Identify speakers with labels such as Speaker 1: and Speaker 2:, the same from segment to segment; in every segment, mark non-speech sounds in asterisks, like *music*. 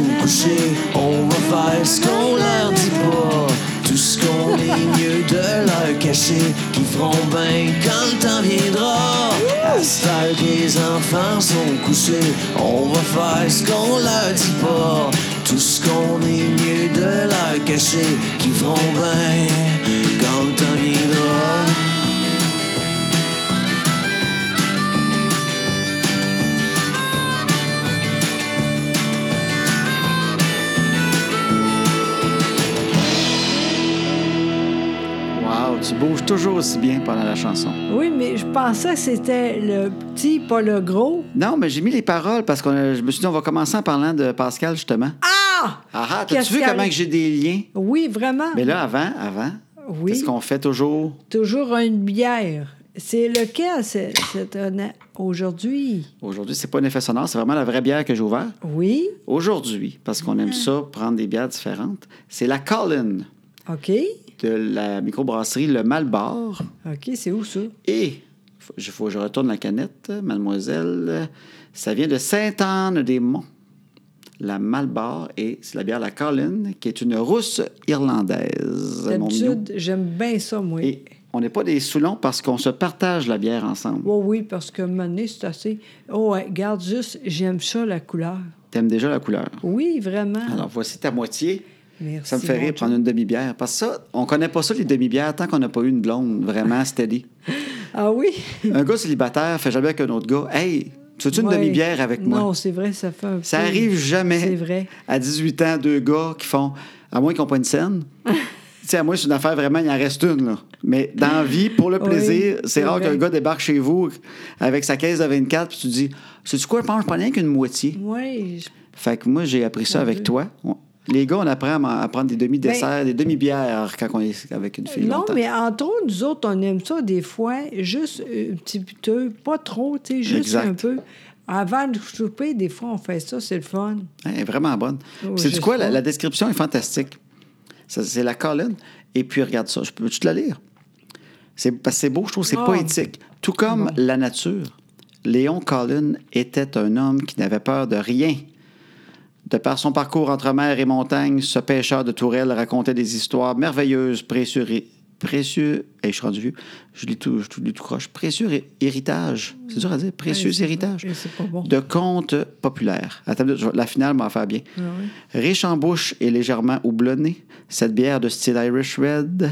Speaker 1: marcher, on va faire ce qu'on leur dit pas. Tout ce qu'on est mieux de leur cacher, qu'ils feront bien quand le temps viendra. À cette heure que les enfants sont couchés, on va faire ce qu'on leur dit pas. Tout ce qu'on est mieux de leur cacher, qu'ils feront bien quand le temps viendra.
Speaker 2: Wow, tu bouges toujours aussi bien pendant la chanson.
Speaker 3: Oui, mais je pensais que c'était le petit, pas le gros.
Speaker 2: Non, mais j'ai mis les paroles parce que je me suis dit, on va commencer en parlant de Pascal, justement.
Speaker 3: Ah!
Speaker 2: Ah, ah
Speaker 3: Qu'est-ce
Speaker 2: t'as-tu vu
Speaker 3: qu'il
Speaker 2: comment
Speaker 3: arrive?
Speaker 2: que j'ai des liens?
Speaker 3: Oui, vraiment.
Speaker 2: Mais là, avant, avant,
Speaker 3: Oui.
Speaker 2: qu'est-ce qu'on fait toujours?
Speaker 3: Toujours une bière. C'est lequel, c'est- c'est un- aujourd'hui?
Speaker 2: Aujourd'hui, c'est pas un effet sonore, c'est vraiment la vraie bière que j'ai ouverte.
Speaker 3: Oui?
Speaker 2: Aujourd'hui, parce qu'on
Speaker 3: Ah.
Speaker 2: aime ça, prendre des bières différentes, c'est la Colin
Speaker 3: OK.
Speaker 2: de la microbrasserie Le Malbar.
Speaker 3: OK, c'est où ça?
Speaker 2: Et, il faut que je retourne la canette, mademoiselle, ça vient de Sainte-Anne-des-Monts. La Malbar, et c'est la bière La Colin, qui est une rousse irlandaise. mon minou.
Speaker 3: D'habitude, j'aime bien ça, moi.
Speaker 2: Et on n'est pas des soulons parce qu'on se partage la bière ensemble.
Speaker 3: Oui, oui, parce que mané, c'est assez. Oh, ouais, garde juste, j'aime ça, la couleur.
Speaker 2: T'aimes déjà la couleur.
Speaker 3: Oui, vraiment.
Speaker 2: Alors, voici ta moitié.
Speaker 3: Merci.
Speaker 2: Ah Ça me fait
Speaker 3: mon
Speaker 2: rire
Speaker 3: chum.
Speaker 2: prendre une demi-bière. Parce que ça, on connaît pas ça, les demi-bières, tant qu'on n'a pas eu une blonde
Speaker 3: *laughs*
Speaker 2: vraiment steady.
Speaker 3: Ah oui?
Speaker 2: un gars célibataire fait jamais qu'un autre gars. Hey, tu veux une
Speaker 3: Ouais.
Speaker 2: demi-bière avec moi?
Speaker 3: Non, c'est vrai, ça fait un
Speaker 2: Ça
Speaker 3: peu-
Speaker 2: arrive jamais.
Speaker 3: C'est vrai.
Speaker 2: À 18 ans, deux gars qui font, à moins qu'on prenne
Speaker 3: *laughs*
Speaker 2: une scène. tu sais, à moins que c'est une affaire vraiment, il en reste une, là. Mais dans la vie, pour le
Speaker 3: Oui,
Speaker 2: plaisir,
Speaker 3: c'est
Speaker 2: c'est rare
Speaker 3: vrai.
Speaker 2: qu'un gars débarque chez vous avec sa caisse de 24 puis tu dis, c'est-tu quoi, je pense, que je prenais qu'une moitié.
Speaker 3: Oui, je-
Speaker 2: Fait que moi, j'ai appris ça avec toi. On- Les gars, on apprend à m'en- à prendre des demi-desserts, des demi-bières quand on est avec une fille.
Speaker 3: Ben, Non,
Speaker 2: longtemps.
Speaker 3: mais entre autres, nous autres, on aime ça des fois, juste un petit peu, pas trop, tu sais, juste
Speaker 2: Exact.
Speaker 3: un peu. Avant le souper, des fois, on fait ça, c'est le fun.
Speaker 2: Hein, Elle est vraiment bonne.
Speaker 3: Oui,
Speaker 2: c'est
Speaker 3: je
Speaker 2: du quoi?
Speaker 3: sais.
Speaker 2: La, la description est fantastique. Ça, C'est la colonne. Et puis, regarde ça. Je peux tu te la lire? C'est parce que c'est beau, je trouve, c'est
Speaker 3: Ah.
Speaker 2: poétique. Tout comme la nature, Léon Collin était un homme qui n'avait peur de rien. De par son parcours entre mer et montagne, ce pêcheur de tourelles racontait des histoires merveilleuses, précieux, hé- précieux, hey, je suis rendu vieux, je lis tout, je tout- lis tout croche, précieux hé- héritage, c'est dur à dire, précieux
Speaker 3: c'est-
Speaker 2: héritage,
Speaker 3: c'est pas bon.
Speaker 2: de contes populaires. Attends, je vais- la finale m'en faire bien.
Speaker 3: Ah
Speaker 2: Riche en bouche et légèrement houblonnée, cette bière de style Irish Red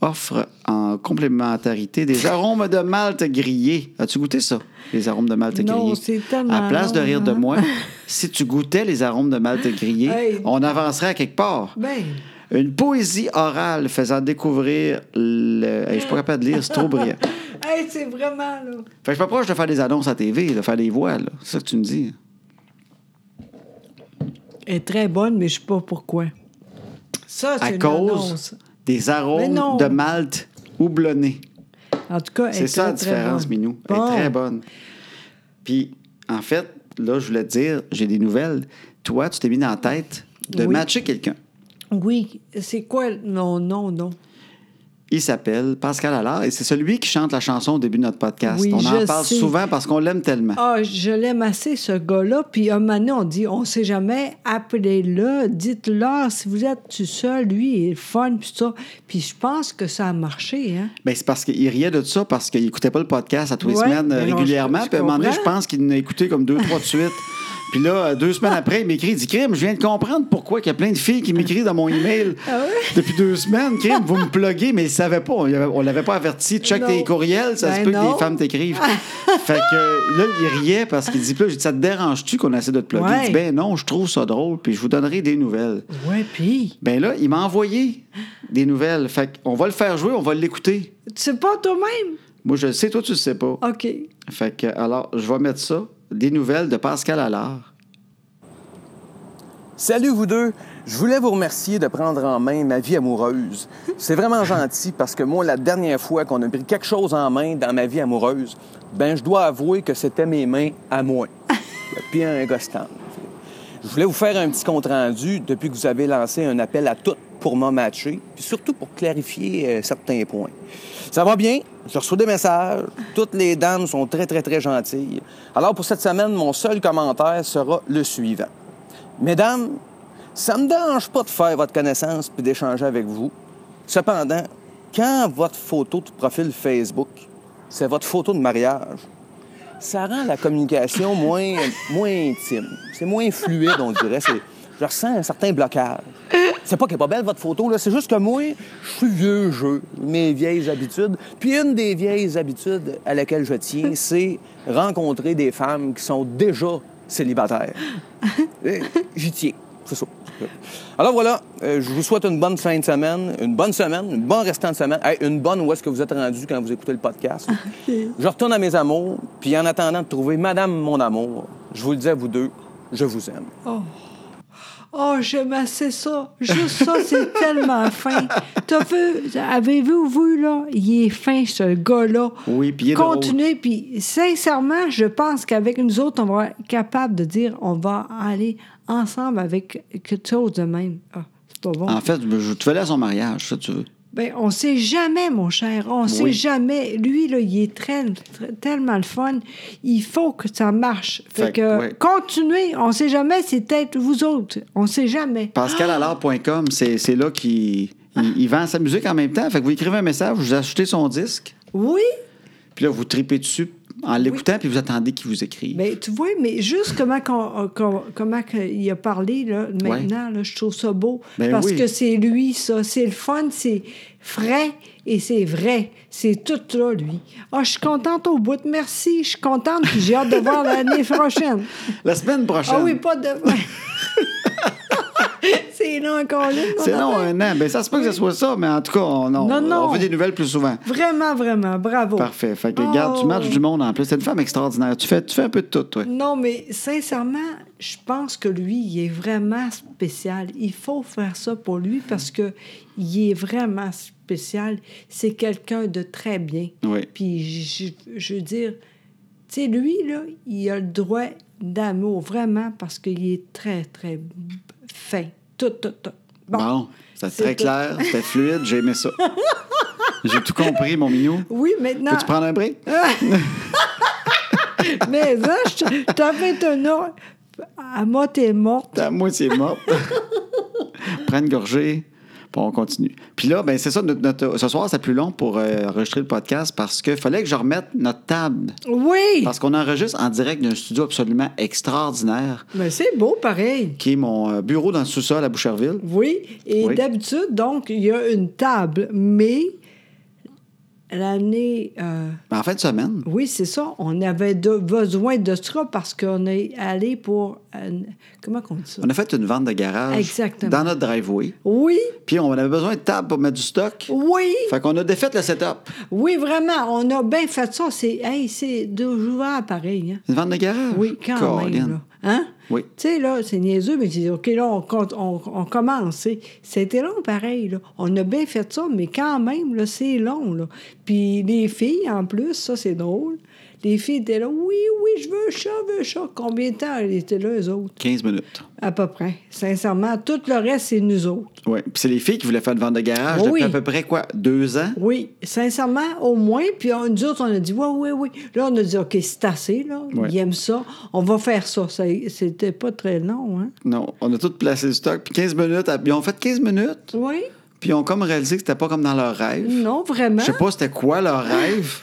Speaker 2: offre en complémentarité
Speaker 3: *laughs*
Speaker 2: des arômes de malt grillé. As-tu goûté ça, les arômes de malt grillé?
Speaker 3: Non, c'est tellement
Speaker 2: À place de
Speaker 3: long,
Speaker 2: rire de
Speaker 3: hein?
Speaker 2: moi, *laughs* si tu goûtais les arômes de malt grillé,
Speaker 3: *laughs* Hey.
Speaker 2: on avancerait à quelque part.
Speaker 3: Ben,
Speaker 2: Une poésie orale faisant découvrir le... Hey, je suis pas capable de lire, c'est
Speaker 3: *laughs*
Speaker 2: trop brillant.
Speaker 3: hey, c'est vraiment, là.
Speaker 2: Fait que je suis pas proche de faire des annonces à TV, de faire des voix, là. C'est ça que tu me dis.
Speaker 3: Elle est très bonne, mais je sais pas pourquoi. Ça,
Speaker 2: à
Speaker 3: c'est une
Speaker 2: cause
Speaker 3: annonce.
Speaker 2: des
Speaker 3: Mais non.
Speaker 2: arômes de malt houblonné.
Speaker 3: En tout cas, elle
Speaker 2: C'est
Speaker 3: est
Speaker 2: ça la
Speaker 3: très, très
Speaker 2: différence,
Speaker 3: bonne.
Speaker 2: Minou. Elle
Speaker 3: Bon.
Speaker 2: est très bonne. Puis, en fait, là, je voulais te dire, j'ai des nouvelles. Toi, tu t'es mis dans la tête de
Speaker 3: Oui.
Speaker 2: matcher quelqu'un.
Speaker 3: Oui, c'est quoi? le- Non, non, non.
Speaker 2: Il s'appelle Pascal Allard et c'est celui qui chante la chanson au début de notre podcast.
Speaker 3: Oui,
Speaker 2: On en
Speaker 3: je
Speaker 2: parle
Speaker 3: sais.
Speaker 2: souvent parce qu'on l'aime tellement.
Speaker 3: Ah, je l'aime assez, ce gars-là. Puis un moment donné, on dit, on sait jamais, appelez-le, dites-le, Ah, si vous êtes tout seul, lui, il est le fun, puis ça. Puis je pense que ça a marché, hein?
Speaker 2: Ben, c'est parce qu'il riait de ça parce qu'il n'écoutait pas le podcast à tous les
Speaker 3: Ouais,
Speaker 2: semaines euh,
Speaker 3: mais non,
Speaker 2: régulièrement.
Speaker 3: je- je
Speaker 2: Puis à un moment donné, je
Speaker 3: comprends.
Speaker 2: pense qu'il en a écouté comme deux, trois de suite. Puis là, euh, deux semaines après, il m'écrit, il dit Crime, je viens de comprendre pourquoi il y a plein de filles qui m'écrivent dans
Speaker 3: *laughs*
Speaker 2: mon email
Speaker 3: Ah
Speaker 2: depuis deux semaines. Crime, vous me pluguez, mais il ne savait pas. On y avait- On l'avait pas averti. Check
Speaker 3: Non.
Speaker 2: tes courriels, ça se
Speaker 3: Ben
Speaker 2: peut que
Speaker 3: non.
Speaker 2: des
Speaker 3: *laughs*
Speaker 2: femmes t'écrivent. fait que euh, là, il riait parce qu'il dit Puis là, je dis, Ça te dérange-tu qu'on essaie de te plugger Il dit
Speaker 3: Ouais.
Speaker 2: Ben non, je trouve ça drôle, puis je vous donnerai des nouvelles.
Speaker 3: Ouais, puis.
Speaker 2: Ben là, il m'a envoyé des nouvelles. Fait qu'on va le faire jouer, on va l'écouter.
Speaker 3: Tu sais pas toi-même?
Speaker 2: Moi, je le sais, toi, tu le sais pas.
Speaker 3: OK.
Speaker 2: Fait que, alors, je vais mettre ça. Des nouvelles de Pascal Allard.
Speaker 4: Salut vous deux! Je voulais vous remercier de prendre en main ma vie amoureuse. C'est vraiment gentil parce que moi, la dernière fois qu'on a pris quelque chose en main dans ma vie amoureuse, ben je dois avouer que c'était mes mains à moi. Le pire ingostant. Je voulais vous faire un petit compte-rendu depuis que vous avez lancé un appel à toutes pour me matcher, puis surtout pour clarifier euh, certains points. Ça va bien? Je reçois des messages. Toutes les dames sont très, très, très gentilles. Alors, pour cette semaine, mon seul commentaire sera le suivant. Mesdames, Ça me dérange pas de faire votre connaissance puis d'échanger avec vous. Cependant, quand votre photo de profil Facebook, c'est votre photo de mariage, ça rend la communication *laughs* moins, moins intime. C'est moins fluide, on dirait. C'est- je ressens un certain blocage. C'est pas qu'elle est pas belle, votre photo, là. C'est juste que moi, je suis vieux jeu, mes vieilles habitudes. Puis une des vieilles habitudes à laquelle je tiens, c'est rencontrer des femmes qui sont déjà célibataires. Euh, J'y tiens. C'est ça. Alors voilà, euh, je vous souhaite une bonne fin de semaine, une bonne semaine, une bonne restant de semaine, Hey, une bonne où est-ce que vous êtes rendu quand vous écoutez le podcast. Je retourne à mes amours, puis en attendant de trouver Madame mon amour, je vous le dis à vous deux, je vous aime.
Speaker 3: Oh, j'aime assez ça. Juste ça,
Speaker 2: *laughs*
Speaker 3: c'est tellement fin. T'as vu, avez-vous vu, là? Il est fin, ce gars-là.
Speaker 2: Oui, puis il est drôle.
Speaker 3: Continuez, puis sincèrement, je pense qu'avec nous autres, on va être capable de dire on va aller ensemble avec quelque chose de même. Ah, c'est pas bon.
Speaker 2: En fait, je te fais à son mariage, ça, tu veux.
Speaker 3: Ben, on sait jamais, mon cher. On sait jamais. Lui, là, il est très, très- tellement le fun. Il faut que ça marche. Fait,
Speaker 2: Fait que,
Speaker 3: que,
Speaker 2: ouais.
Speaker 3: continuez. On sait jamais. C'est peut-être vous autres. On sait jamais.
Speaker 2: PascalAllard.com, c'est c'est là qu'il il, il vend sa musique en même temps. Fait que vous écrivez un message, vous achetez son disque,
Speaker 3: Oui,
Speaker 2: puis là, vous tripez dessus en l'écoutant, puis vous attendez qu'il vous écrive.
Speaker 3: mais Ben, tu vois, mais juste comment, qu'on- euh, qu'on- comment que il a parlé là, maintenant, là, je trouve ça beau.
Speaker 2: Ben
Speaker 3: parce
Speaker 2: oui.
Speaker 3: que c'est lui, ça. C'est le fun, c'est frais et c'est vrai. C'est tout là, lui. Ah, je suis contente au bout. Merci. Je suis contente. puis J'ai hâte de voir
Speaker 2: *laughs*
Speaker 3: l'année prochaine.
Speaker 2: La semaine prochaine,
Speaker 3: Ah oui, pas
Speaker 2: *laughs*
Speaker 3: demain. c'est long encore là. mon
Speaker 2: c'est long,
Speaker 3: affaire.
Speaker 2: un an. Ben, ça se peut que ce soit ça, mais en tout cas, on, on-
Speaker 3: Non, non.
Speaker 2: on veut des nouvelles plus souvent.
Speaker 3: Vraiment, vraiment. Bravo. Oh,
Speaker 2: Parfait. Fait que, regarde, tu matches du monde en plus. C'est une femme extraordinaire. Tu fais, tu fais un peu de tout, toi.
Speaker 3: Non, mais sincèrement, je pense que lui, il est vraiment spécial. Il faut faire ça pour lui parce que il est vraiment spécial. C'est quelqu'un de très bien.
Speaker 2: Oui.
Speaker 3: Puis je, je- je veux dire, tu sais, lui, là, il a le droit d'amour, vraiment, parce qu'il est très, très fin. Tout, tout, tout.
Speaker 2: Bon, c'était
Speaker 3: c'est
Speaker 2: très
Speaker 3: tout.
Speaker 2: clair, c'était fluide, j'ai aimé
Speaker 3: *laughs*
Speaker 2: ça. j'ai tout compris, mon minou.
Speaker 3: Oui, maintenant.
Speaker 2: Peux-tu prendre un break?
Speaker 3: Mais là, je t'en fais un autre. À moi, t'es morte.
Speaker 2: La moitié
Speaker 3: *laughs*
Speaker 2: morte. Prends une gorgée. Puis on continue. Puis là, ben c'est ça, notre, notre- ce soir, c'est plus long pour euh, enregistrer le podcast parce qu'il fallait que je remette notre table.
Speaker 3: Oui!
Speaker 2: Ah. Parce qu'on enregistre en direct d'un studio absolument extraordinaire
Speaker 3: Mais c'est beau, pareil.
Speaker 2: qui est mon euh, bureau dans le sous-sol à Boucherville.
Speaker 3: Oui. Et
Speaker 2: Oui.
Speaker 3: d'habitude, donc, il y a une table, mais l'année. euh,
Speaker 2: Ben, En fin de semaine,
Speaker 3: oui, c'est ça. On avait de- besoin de ça parce qu'on est allé pour. euh, comment qu'on dit ça?
Speaker 2: on a fait une vente de garage
Speaker 3: Exactement.
Speaker 2: dans notre driveway.
Speaker 3: Oui,
Speaker 2: Puis on avait besoin de table pour mettre du stock.
Speaker 3: oui,
Speaker 2: Fait qu'on a défait le setup.
Speaker 3: oui, vraiment. On a bien fait ça. C'est hey, c'est deux joueurs pareil. Hein?
Speaker 2: Une vente de garage. *laughs*
Speaker 3: Oui, quand
Speaker 2: Colin.
Speaker 3: même. Là. Hein?
Speaker 2: Oui.
Speaker 3: Tu sais, là, c'est niaiseux, mais tu dis, OK, là, on, compte- on, on commence. tu sais. C'était long, pareil. Là. On a bien fait ça, mais quand même, là, c'est long. Là. Puis les filles, en plus, ça, c'est drôle. Les filles étaient là, oui, oui, je veux ça, je veux ça. Combien de temps elles étaient là, eux autres?
Speaker 2: 15 minutes.
Speaker 3: À peu près. Sincèrement, tout le reste, c'est nous autres.
Speaker 2: Oui. Puis c'est les filles qui voulaient faire une vente de garage
Speaker 3: Oui.
Speaker 2: depuis à peu près quoi? Deux ans?
Speaker 3: Oui, sincèrement, au moins. Puis on, nous autres, on a dit, oui, oui, oui. Là, on a dit, OK, c'est assez, là.
Speaker 2: Ouais.
Speaker 3: Ils aiment ça. On va faire ça. Ça- C'était pas très long, hein?
Speaker 2: Non, on a tout placé le stock. Puis 15 minutes, à- ils ont fait 15 minutes,
Speaker 3: Oui.
Speaker 2: puis ils ont comme réalisé que c'était pas comme dans leur rêve.
Speaker 3: Non, vraiment.
Speaker 2: Je sais pas c'était quoi leur rêve.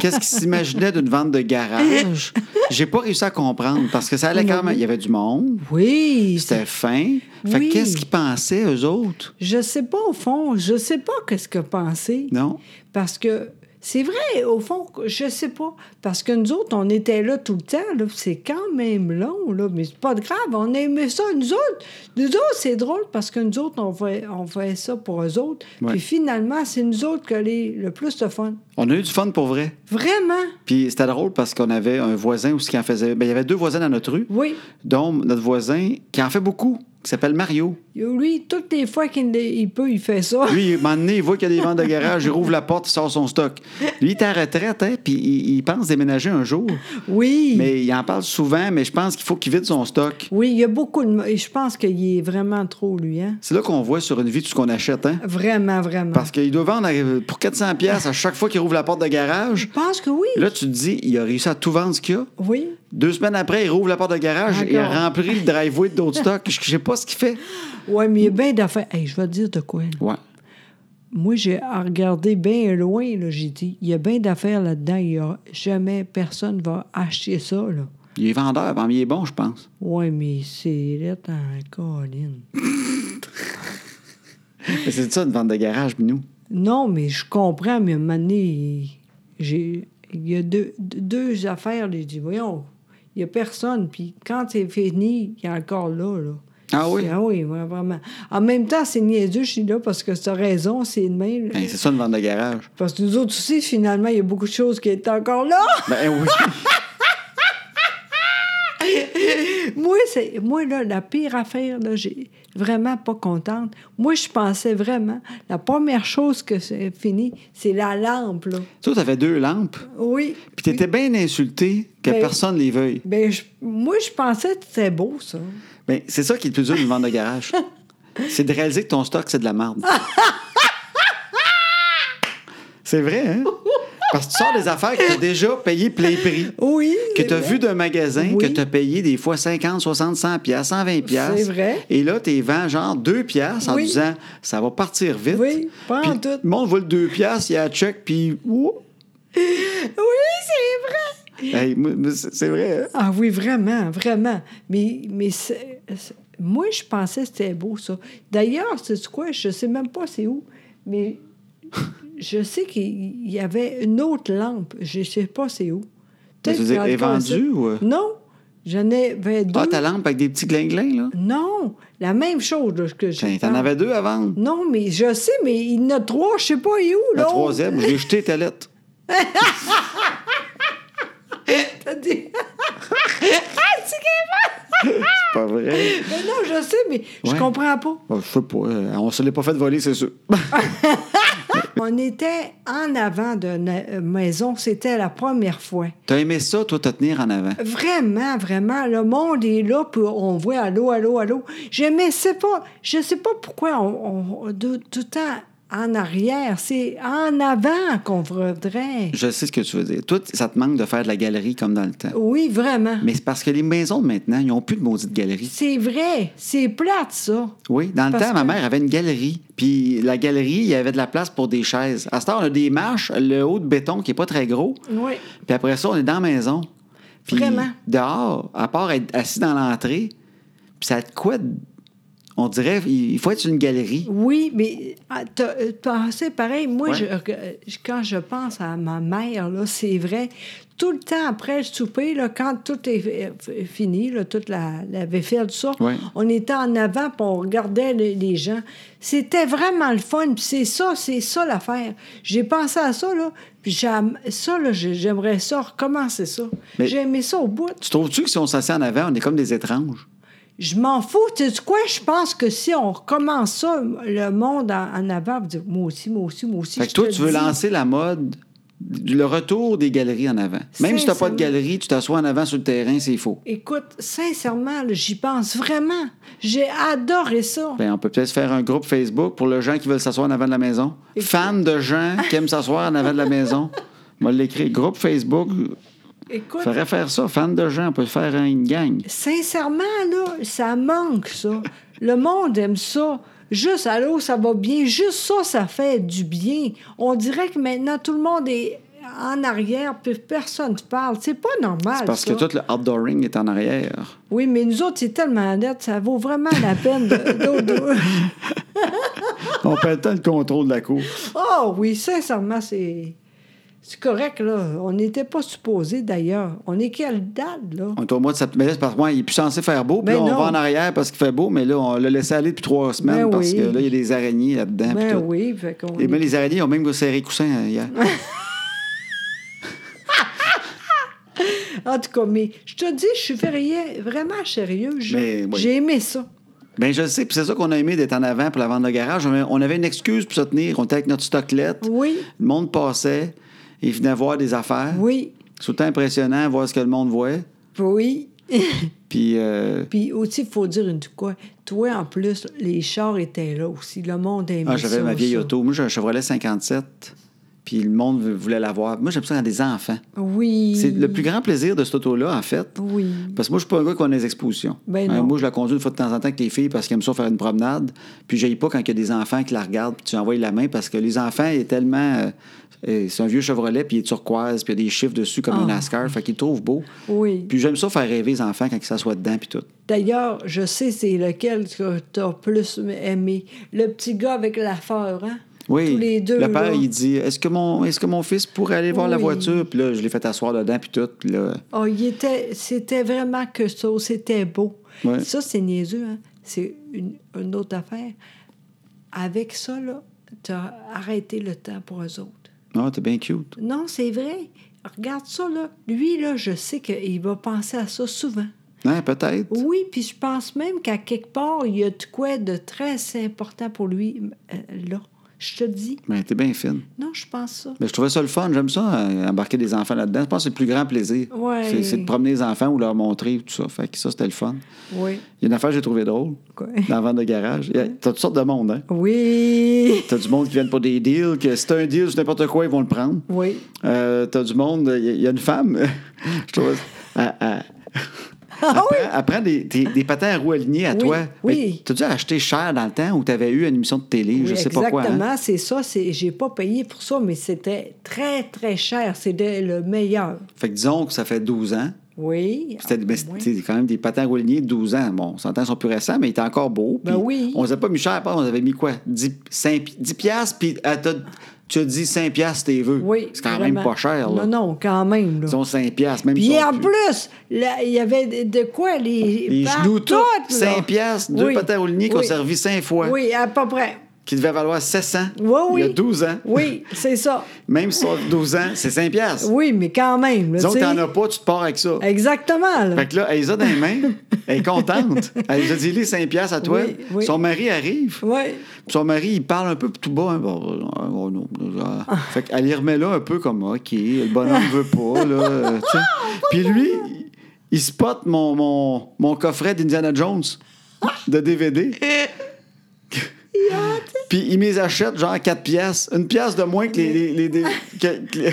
Speaker 2: Qu'est-ce qu'ils s'imaginaient d'une vente de garage? J'ai pas réussi à comprendre parce que ça allait quand même. Il y avait du monde,
Speaker 3: Oui.
Speaker 2: c'était fin. Fait
Speaker 3: Oui.
Speaker 2: que qu'est-ce qu'ils pensaient, eux autres?
Speaker 3: Je sais pas, au fond, je sais pas qu'est-ce que penser.
Speaker 2: Non?
Speaker 3: Parce que c'est vrai, au fond, je sais pas. Parce que nous autres, on était là tout le temps, là, puis c'est quand même long, là, mais c'est pas grave, on aimait ça, nous autres. Nous autres, c'est drôle parce que nous autres, on fait, on fait ça pour eux autres.
Speaker 2: Ouais.
Speaker 3: Puis finalement, c'est nous autres que les, le plus de fun.
Speaker 2: On a eu du fun pour vrai.
Speaker 3: Vraiment,
Speaker 2: Puis c'était drôle parce qu'on avait un voisin aussi qui en faisait. Ben, il y avait deux voisins dans notre rue,
Speaker 3: oui.
Speaker 2: dont notre voisin qui en fait beaucoup, qui s'appelle Mario.
Speaker 3: Lui, toutes les fois qu'il il peut, il fait ça.
Speaker 2: Lui, il- un moment donné, il voit qu'il y a des ventes de garage, il rouvre la porte, il sort son stock. Lui, il est à la retraite, hein, puis il, il pense déménager un jour.
Speaker 3: Oui.
Speaker 2: Mais il en parle souvent, mais je pense qu'il faut qu'il vide son stock.
Speaker 3: Oui, il y a beaucoup de... et Je pense qu'il est vraiment trop, lui, hein?
Speaker 2: C'est là qu'on voit sur une vie tout ce qu'on achète, hein?
Speaker 3: Vraiment, vraiment.
Speaker 2: Parce qu'il doit vendre à- pour 400 pièces à chaque fois qu'il rouvre la porte de garage.
Speaker 3: Je pense que oui.
Speaker 2: Là, tu te dis, il a réussi à tout vendre ce qu'il y a,
Speaker 3: Oui.
Speaker 2: Deux semaines après, il rouvre la porte de garage et il
Speaker 3: Encore.
Speaker 2: remplit le driveway d'autres stocks. Je sais pas ce qu'il fait.
Speaker 3: Oui, mais il y a bien d'affaires. Hey, je vais te dire de quoi. là.
Speaker 2: Ouais.
Speaker 3: Moi, j'ai regardé bien loin, là, j'ai dit, il y a bien d'affaires là-dedans. Il y a jamais personne va acheter ça, là.
Speaker 2: Il est vendeur, mais il est bon, je pense.
Speaker 3: Oui, mais c'est là en colline.
Speaker 2: Mais c'est ça, une vente de garage, nous.
Speaker 3: Non, mais je comprends, mais à un moment donné, il- j'ai- il y a deux, deux affaires. J'ai dit, voyons, il n'y a personne. Puis quand c'est fini, il est encore là. là.
Speaker 2: Ah oui?
Speaker 3: Ah oui, ouais, vraiment. En même temps, c'est niaiseux, je suis là, parce que tu as raison, c'est le même.
Speaker 2: Ben, c'est ça, une vente de garage.
Speaker 3: Parce que nous autres aussi, finalement, il y a beaucoup de choses qui étaient encore
Speaker 2: *laughs*
Speaker 3: là.
Speaker 2: Ben oui.
Speaker 3: moi, c'est, moi, là, la pire affaire, là, j'ai vraiment pas contente. Moi, je pensais vraiment, la première chose que c'est fini, c'est la lampe, là.
Speaker 2: Toi, t'avais deux lampes,
Speaker 3: Oui.
Speaker 2: puis t'étais bien insulté que
Speaker 3: Ben-
Speaker 2: personne les veuille.
Speaker 3: Ben, je- moi, je pensais que c'était beau, ça.
Speaker 2: Ben, c'est ça qui est le plus dur d'une vente
Speaker 3: *laughs*
Speaker 2: de garage. c'est de réaliser que ton stock, c'est de la merde. c'est vrai, hein? Parce que tu sors des affaires que t'as déjà payées plein prix.
Speaker 3: Oui.
Speaker 2: Que
Speaker 3: c'est
Speaker 2: t'as
Speaker 3: vrai.
Speaker 2: vu d'un magasin,
Speaker 3: Oui.
Speaker 2: que t'as payé des fois 50, 60, 100 piastres, 120 piastres.
Speaker 3: C'est vrai.
Speaker 2: Et là, t'es vends genre 2 piastres en
Speaker 3: Oui.
Speaker 2: disant, ça va partir vite.
Speaker 3: Oui, pas en
Speaker 2: Puis,
Speaker 3: tout.
Speaker 2: Le monde voit le 2 piastres, il y a un check, puis... ouh,
Speaker 3: Oui, c'est vrai.
Speaker 2: hey, moi, moi, c'est c'est vrai, hein?
Speaker 3: Ah oui, vraiment, vraiment. Mais, mais c'est- c'est- moi, je pensais que c'était beau, ça. D'ailleurs, c'est quoi? Je sais même pas c'est où, mais
Speaker 2: *laughs*
Speaker 3: je sais qu'il y avait une autre lampe. Je sais pas c'est où.
Speaker 2: Mais tu veux dire,
Speaker 3: qu'en
Speaker 2: est
Speaker 3: concept-
Speaker 2: vendue ou- euh?
Speaker 3: Non, j'en avais deux.
Speaker 2: Ah, ta lampe avec des petits glinglins, là?
Speaker 3: Non, la même chose là, que j'ai.
Speaker 2: Tiens, T'en avais deux à vendre.
Speaker 3: Non, mais je sais, mais il y en a trois, je sais pas il est où,
Speaker 2: La
Speaker 3: l'autre.
Speaker 2: troisième, j'ai jeté ta lettre.
Speaker 3: T'as dit-
Speaker 2: C'est pas *laughs* vrai.
Speaker 3: *laughs* Mais non, je sais, mais je
Speaker 2: Ouais.
Speaker 3: comprends pas.
Speaker 2: Bon, je sais pas. euh, On se l'est pas fait voler, c'est sûr.
Speaker 3: On était en avant d'une euh, maison, c'était la première fois.
Speaker 2: T'as aimé ça, toi, te tenir en avant.
Speaker 3: Vraiment, vraiment, le monde est là, puis on voit allô, allô, allô. J'aimais, c'est pas, je sais pas pourquoi on, on- de- tout le temps en arrière, c'est en avant qu'on voudrait.
Speaker 2: Je sais ce que tu veux dire. Toi, t- ça te manque de faire de la galerie comme dans le temps.
Speaker 3: Oui, vraiment.
Speaker 2: Mais c'est parce que les maisons de maintenant, ils n'ont plus de maudite galerie.
Speaker 3: C'est vrai, c'est plate, ça.
Speaker 2: Oui, dans le
Speaker 3: Parce
Speaker 2: temps, ma
Speaker 3: que-
Speaker 2: mère avait une galerie. Puis la galerie, il y avait de la place pour des chaises. À ce temps, on a des marches, le haut de béton qui est pas très gros.
Speaker 3: Oui.
Speaker 2: Puis après ça, on est dans la maison. Puis
Speaker 3: Vraiment.
Speaker 2: dehors, à part être assis dans l'entrée, puis ça te quoi? de- On dirait, il il faut être sur une galerie.
Speaker 3: Oui, mais ah, t'as- euh, t'as- c'est pareil. Moi,
Speaker 2: Ouais.
Speaker 3: je- euh, je- quand je pense à ma mère, là, c'est vrai. Tout le temps après le souper, là, quand tout est euh, f- fini, là, toute la, la vaisselle, tout ça,
Speaker 2: Ouais.
Speaker 3: on était en avant puis on regardait les, les gens. C'était vraiment le fun. Puis c'est ça, c'est ça l'affaire. J'ai pensé à ça, là. Puis j'aime- ça, là, j'ai- j'aimerais ça, recommencer ça.
Speaker 2: Mais-
Speaker 3: J'ai aimé ça au bout.
Speaker 2: Tu trouves-tu que si on s'assied en avant, on est comme des étranges?
Speaker 3: Je m'en fous. Tu sais quoi? Je pense que si on recommence ça, le monde en, en avant, vous dites, moi aussi, moi aussi, moi aussi.
Speaker 2: Fait que
Speaker 3: je
Speaker 2: toi,
Speaker 3: te
Speaker 2: tu veux
Speaker 3: dis.
Speaker 2: lancer la mode, le retour des galeries en avant. Même si t'as pas
Speaker 3: Sincèrement.
Speaker 2: de galerie, tu t'assois en avant sur le terrain, c'est faux.
Speaker 3: Écoute, sincèrement, là, j'y pense vraiment. J'ai adoré ça.
Speaker 2: Ben, on peut peut-être se faire un groupe Facebook pour les gens qui veulent s'asseoir en avant de la maison. Fans de gens qui aiment s'asseoir en avant de la
Speaker 3: *laughs*
Speaker 2: maison. On va l'écrire. Groupe Facebook.
Speaker 3: Écoute,
Speaker 2: Faudrait faire ça. Fans de gens, on peut faire une gang.
Speaker 3: sincèrement, là, ça manque, ça. Le monde aime ça. Juste, allô, ça va bien. Juste ça, ça fait du bien. On dirait que maintenant, tout le monde est en arrière, puis personne ne parle. C'est pas normal,
Speaker 2: Parce que
Speaker 3: Ah, ça.
Speaker 2: tout le outdooring est en arrière.
Speaker 3: Oui, mais nous autres, c'est tellement net, ça vaut vraiment la peine de- de- de...
Speaker 2: On perd tant le contrôle de la cour.
Speaker 3: Ah oui, sincèrement, c'est. C'est correct, là. On n'était pas supposé, d'ailleurs. On est quelle date, là?
Speaker 2: On est au mois de septembre. Mais là, c'est parce que moi, il est plus censé faire beau. Puis
Speaker 3: Ben
Speaker 2: là, on
Speaker 3: non.
Speaker 2: va en arrière parce qu'il fait beau, mais là, on l'a laissé aller depuis trois semaines
Speaker 3: Ben
Speaker 2: parce
Speaker 3: oui.
Speaker 2: que là, il y a des araignées là-dedans. puis
Speaker 3: Ben
Speaker 2: tout.
Speaker 3: oui, fait qu'on.
Speaker 2: Et même les araignées ont même serré coussin
Speaker 3: *laughs*
Speaker 2: euh, hier.
Speaker 3: En tout cas, mais je te dis, je suis vrai- vraiment sérieux. je-
Speaker 2: Mais
Speaker 3: J'ai
Speaker 2: oui.
Speaker 3: aimé ça.
Speaker 2: ben je sais, puis c'est ça qu'on a aimé d'être en avant pour la vente de garage. On avait- On avait une excuse pour se tenir. On était avec notre stocklette.
Speaker 3: Oui.
Speaker 2: Le monde passait. Ils venaient voir des affaires.
Speaker 3: Oui,
Speaker 2: C'est tout le temps impressionnant voir ce que le monde voit.
Speaker 3: oui.
Speaker 2: Puis euh,
Speaker 3: Puis aussi, il faut dire une quoi. Toi, en plus, les chars étaient là aussi. Le monde aimait
Speaker 2: ah,
Speaker 3: ça.
Speaker 2: j'avais ma vieille
Speaker 3: ça.
Speaker 2: auto. Moi, j'ai un Chevrolet 57. puis le monde vou- voulait l'avoir. Moi, j'aime ça quand des enfants.
Speaker 3: Oui.
Speaker 2: C'est le plus grand plaisir de cette auto-là, en fait.
Speaker 3: Mm. Oui.
Speaker 2: Parce que moi, je suis pas un gars qui a des expositions.
Speaker 3: Ben
Speaker 2: Hein,
Speaker 3: non.
Speaker 2: moi, je la conduis une fois de temps en temps avec les filles parce qu'elles aiment ça faire une promenade. Puis je pas quand il y a des enfants qui la regardent puis tu envoies la main parce que les enfants, il est tellement... euh, euh, c'est un vieux Chevrolet, puis il est turquoise, puis il y a des chiffres dessus comme un NASCAR. Fait qu'ils le trouvent beau.
Speaker 3: Ah. Oui.
Speaker 2: Puis j'aime ça faire rêver les enfants quand ils s'assoient dedans, puis tout.
Speaker 3: D'ailleurs, je sais c'est lequel que t'as plus aimé. Le petit gars avec la fleur, hein?
Speaker 2: Oui.
Speaker 3: Tous les deux.
Speaker 2: Le père,
Speaker 3: là.
Speaker 2: il dit Est-ce que, mon, est-ce que mon fils pourrait aller voir la
Speaker 3: Oui.
Speaker 2: voiture Puis là, je l'ai fait asseoir dedans, puis tout. Puis là,
Speaker 3: Oh, il était, c'était vraiment costaud, c'était beau.
Speaker 2: Ouais.
Speaker 3: Ça, c'est niaiseux, hein? C'est une, une autre affaire. Avec ça, là, t'as arrêté le temps pour eux autres.
Speaker 2: non, Ah, t'es bien cute.
Speaker 3: Non, c'est vrai. Regarde ça, là. Lui, là, je sais qu'il va penser à ça souvent.
Speaker 2: Non, Hein, peut-être.
Speaker 3: Oui, puis je pense même qu'à quelque part, il y a de quoi de très important pour lui, euh, là. Je te dis.
Speaker 2: Mais Ben, t'es bien fine.
Speaker 3: Non, je pense ça.
Speaker 2: Mais je trouvais ça le fun. J'aime ça, euh, embarquer des enfants là-dedans. Je pense que c'est le plus grand plaisir.
Speaker 3: Ouais.
Speaker 2: C'est, c'est de promener les enfants ou leur montrer tout ça. Fait que ça, c'était le fun.
Speaker 3: Oui.
Speaker 2: Il y a une affaire que j'ai trouvée drôle
Speaker 3: Quoi?
Speaker 2: dans la vente de garage. Il y a- T'as toutes sortes de monde, hein?
Speaker 3: Oui.
Speaker 2: T'as du monde qui vient pour des deals, que si t'as un deal sur n'importe quoi, ils vont le prendre.
Speaker 3: Oui.
Speaker 2: Euh, t'as du monde. Il y a- il y a une femme. *laughs* je trouve. Elle, elle- elle prend- elle prend des, des, des patins à roues alignées à
Speaker 3: Ah Oui,
Speaker 2: toi.
Speaker 3: oui.
Speaker 2: Mais T'as dû acheter cher dans le temps où t'avais eu une émission de télé, je
Speaker 3: Oui,
Speaker 2: sais pas quoi. hein?
Speaker 3: Exactement, c'est ça. C'est, j'ai pas payé pour ça, mais c'était très, très cher. C'était le meilleur.
Speaker 2: Fait que disons que ça fait 12 ans.
Speaker 3: Oui.
Speaker 2: C'était
Speaker 3: Ah,
Speaker 2: mais
Speaker 3: oui.
Speaker 2: c'était quand même des patins reliés de 12 ans. Bon, on s'entend, ils sont plus récents, mais ils étaient encore beaux.
Speaker 3: Ben
Speaker 2: Puis
Speaker 3: oui.
Speaker 2: On les a pas mis cher, par contre, on avait mis quoi? 10, 5, 10 piastres, puis ah, t'as- tu as dit 5 piastres tes vœux.
Speaker 3: Oui,
Speaker 2: C'est quand
Speaker 3: vraiment.
Speaker 2: même pas cher, là.
Speaker 3: Non, non, quand même. Là.
Speaker 2: Ils ont 5 piastres, même
Speaker 3: Puis
Speaker 2: si on
Speaker 3: en
Speaker 2: pue.
Speaker 3: plus, là, il y avait de- de quoi les.
Speaker 2: Les
Speaker 3: par-
Speaker 2: genoux tout,
Speaker 3: toutes, là.
Speaker 2: 5 piastres, deux
Speaker 3: Oui.
Speaker 2: patins reliés qu'on
Speaker 3: Oui.
Speaker 2: servit 5 fois,
Speaker 3: Oui, à peu près.
Speaker 2: qui devaient valoir 700
Speaker 3: Oui, oui.
Speaker 2: il y a 12 ans.
Speaker 3: Oui, c'est ça.
Speaker 2: Même si on a 12 ans, c'est 5 piastres.
Speaker 3: Oui, mais quand même. là,
Speaker 2: Disons que
Speaker 3: tu sais.
Speaker 2: t'en as pas, tu te pars avec ça.
Speaker 3: Exactement. là.
Speaker 2: Fait que là, elle les a dans les mains, elle
Speaker 3: *laughs*
Speaker 2: est contente. Elle les a dit les 5 piastres à toi.
Speaker 3: Oui, oui.
Speaker 2: Son mari arrive.
Speaker 3: Oui.
Speaker 2: Puis son mari, il parle un peu tout bas. hein. Bon, euh, oh non, euh, fait qu'elle y remet là un peu comme OK, le bonhomme veut pas. Là, euh, tu sais. Puis lui, il- il spot mon, mon, mon coffret d'Indiana Jones de DVD. Puis il me les achète genre 4 pièces, une pièce de moins que les. les- les- les- que- que les-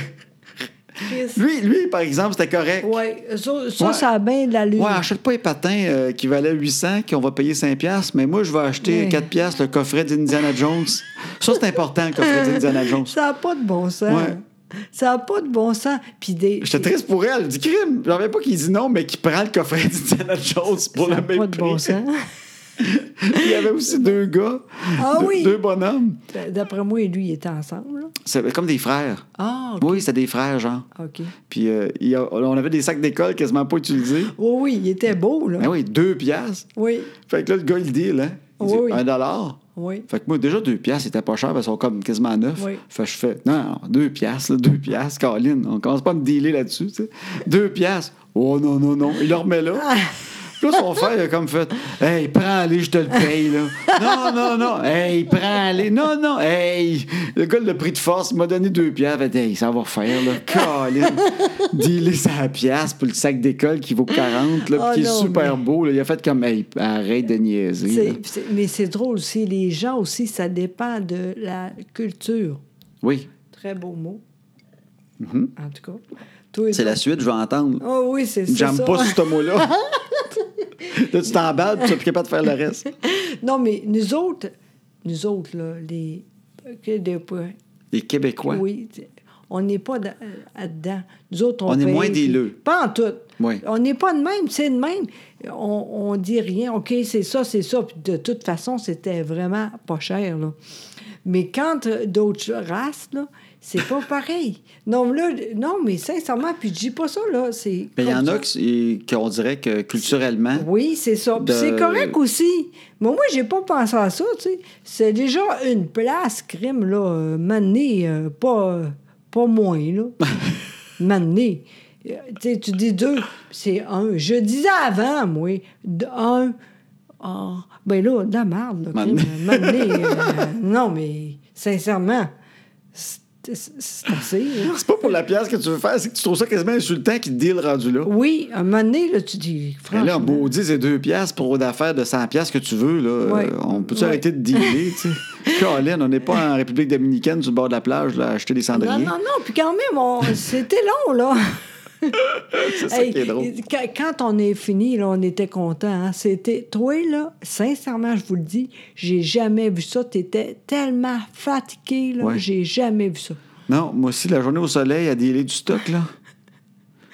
Speaker 2: Lui, lui, par exemple, c'était correct.
Speaker 3: Oui, ça, ça,
Speaker 2: Ouais.
Speaker 3: ça a bien de l'allure.
Speaker 2: Ouais, achète pas les patins euh, qui valaient 800, qu'on va payer 5 piastres, mais moi, je vais acheter
Speaker 3: Ouais.
Speaker 2: 4 piastres le coffret d'Indiana Jones. Ça, c'est important, le
Speaker 3: *laughs*
Speaker 2: coffret d'Indiana Jones.
Speaker 3: Ça n'a pas de bon sens.
Speaker 2: Ouais.
Speaker 3: Ça n'a pas de bon sens. Puis des.
Speaker 2: J'étais triste pour elle, du crime. J'en reviens pas qu'il dit non, mais qu'il prend le coffret d'Indiana Jones
Speaker 3: Ça
Speaker 2: pour le
Speaker 3: n'a
Speaker 2: même
Speaker 3: pas de
Speaker 2: prix.
Speaker 3: bon sens.
Speaker 2: Il y avait aussi deux gars,
Speaker 3: Ah
Speaker 2: deux,
Speaker 3: oui.
Speaker 2: deux bonhommes.
Speaker 3: *laughs* D'après moi, lui, ils étaient ensemble. là.
Speaker 2: C'était comme des frères.
Speaker 3: Ah, OK.
Speaker 2: Oui, c'était des frères, genre.
Speaker 3: OK.
Speaker 2: Puis euh, il y a- on avait des sacs d'école quasiment pas utilisés.
Speaker 3: Oui, Oh oui, il était beau, là.
Speaker 2: Mais oui, deux piastres.
Speaker 3: Oui,
Speaker 2: Fait que là, le gars, il deal, hein? Il dit,
Speaker 3: Oui, oui.
Speaker 2: un dollar.
Speaker 3: oui.
Speaker 2: Fait que moi, déjà, deux piastres, c'était pas cher, parce sont comme quasiment à neuf.
Speaker 3: Oui.
Speaker 2: Fait que je fais, non, non, deux piastres, là, deux piastres, Caroline, on commence pas à me dealer là-dessus, tu sais. Deux piastres. Oh non, non, non. Il le remet là.
Speaker 3: Ah.
Speaker 2: Puis là, son frère, il a comme fait, hey, prends-les, je te le paye, là. Non, non, non, hey, prends-les. Non, non, hey. Le gars, le prix de force, il m'a donné deux piastres. Fait, hey, ça va refaire, là. Caroline, dealer sa piastre pour le sac d'école qui vaut 40, là,
Speaker 3: Ah,
Speaker 2: puis qui est
Speaker 3: non,
Speaker 2: super beau, là. Il a fait comme, hey, arrête de niaiser. là.
Speaker 3: C'est- c'est- mais c'est drôle aussi. Les gens aussi, ça dépend de la culture.
Speaker 2: Oui.
Speaker 3: Très beau mot. En tout cas. Toi et
Speaker 2: Mm-hmm. C'est
Speaker 3: toi.
Speaker 2: la suite, je vais entendre.
Speaker 3: Ah oui, c'est c'est ça.
Speaker 2: J'aime pas ce mot-là. là, tu t'emballes, puis tu n'es plus capable de faire le reste.
Speaker 3: *laughs* Non, mais nous autres, nous autres, là, les. que des-
Speaker 2: Les Québécois.
Speaker 3: Oui, t- on n'est pas da- euh, dedans Nous autres, on
Speaker 2: On est
Speaker 3: paye,
Speaker 2: moins des
Speaker 3: puis-
Speaker 2: leux.
Speaker 3: Pas en tout.
Speaker 2: Oui.
Speaker 3: On n'est pas de même, c'est de même. On, on dit rien, OK, c'est ça, c'est ça. Puis de toute façon, c'était vraiment pas cher, là. Mais quand euh, d'autres races, là, c'est pas pareil. Non, mais là, non, mais sincèrement, puis je dis pas ça, là, c'est...
Speaker 2: Mais il y
Speaker 3: comme
Speaker 2: en a
Speaker 3: ça.
Speaker 2: qui, qu'on dirait que culturellement,
Speaker 3: Oui, c'est ça. Puis
Speaker 2: De-
Speaker 3: c'est correct aussi. Mais moi, j'ai pas pensé à ça, tu sais. C'est déjà une place, crime, là, euh, mané, euh, pas, euh, pas moins, là. mané. Euh, Tu sais, tu dis deux, c'est un. Je disais avant, moi, d- un. Ah, ben là, de la merde, là, crime.
Speaker 2: Mané.
Speaker 3: *laughs* Mané, euh, non, mais sincèrement, c'est- c'est- c'est assez. là.
Speaker 2: C'est pas pour la pièce que tu veux faire, c'est que tu trouves ça quasiment insultant qu'il te dit le rendu là.
Speaker 3: Oui, à un moment donné, là, tu dis,
Speaker 2: Mais
Speaker 3: franchement.
Speaker 2: là, maudit, c'est deux piastres pour d'affaires de 100 piastres que tu veux. Là.
Speaker 3: Ouais.
Speaker 2: Euh, On peut-tu
Speaker 3: Ouais.
Speaker 2: arrêter de dealer? tu
Speaker 3: *laughs*
Speaker 2: sais? Colin, on n'est pas en République dominicaine sur le bord de la plage là, à acheter des
Speaker 3: non,
Speaker 2: cendriers.
Speaker 3: non, non, puis quand même, on- c'était long, là.
Speaker 2: C'est ça
Speaker 3: Hey,
Speaker 2: qui est drôle.
Speaker 3: quand- Quand on est fini, là, on était content. hein. C'était toi là, sincèrement, je vous le dis, j'ai jamais vu ça. T'étais tellement fatigué là,
Speaker 2: Ouais.
Speaker 3: j'ai jamais vu ça.
Speaker 2: Non, moi aussi, la journée au soleil, à dealer du stock, là.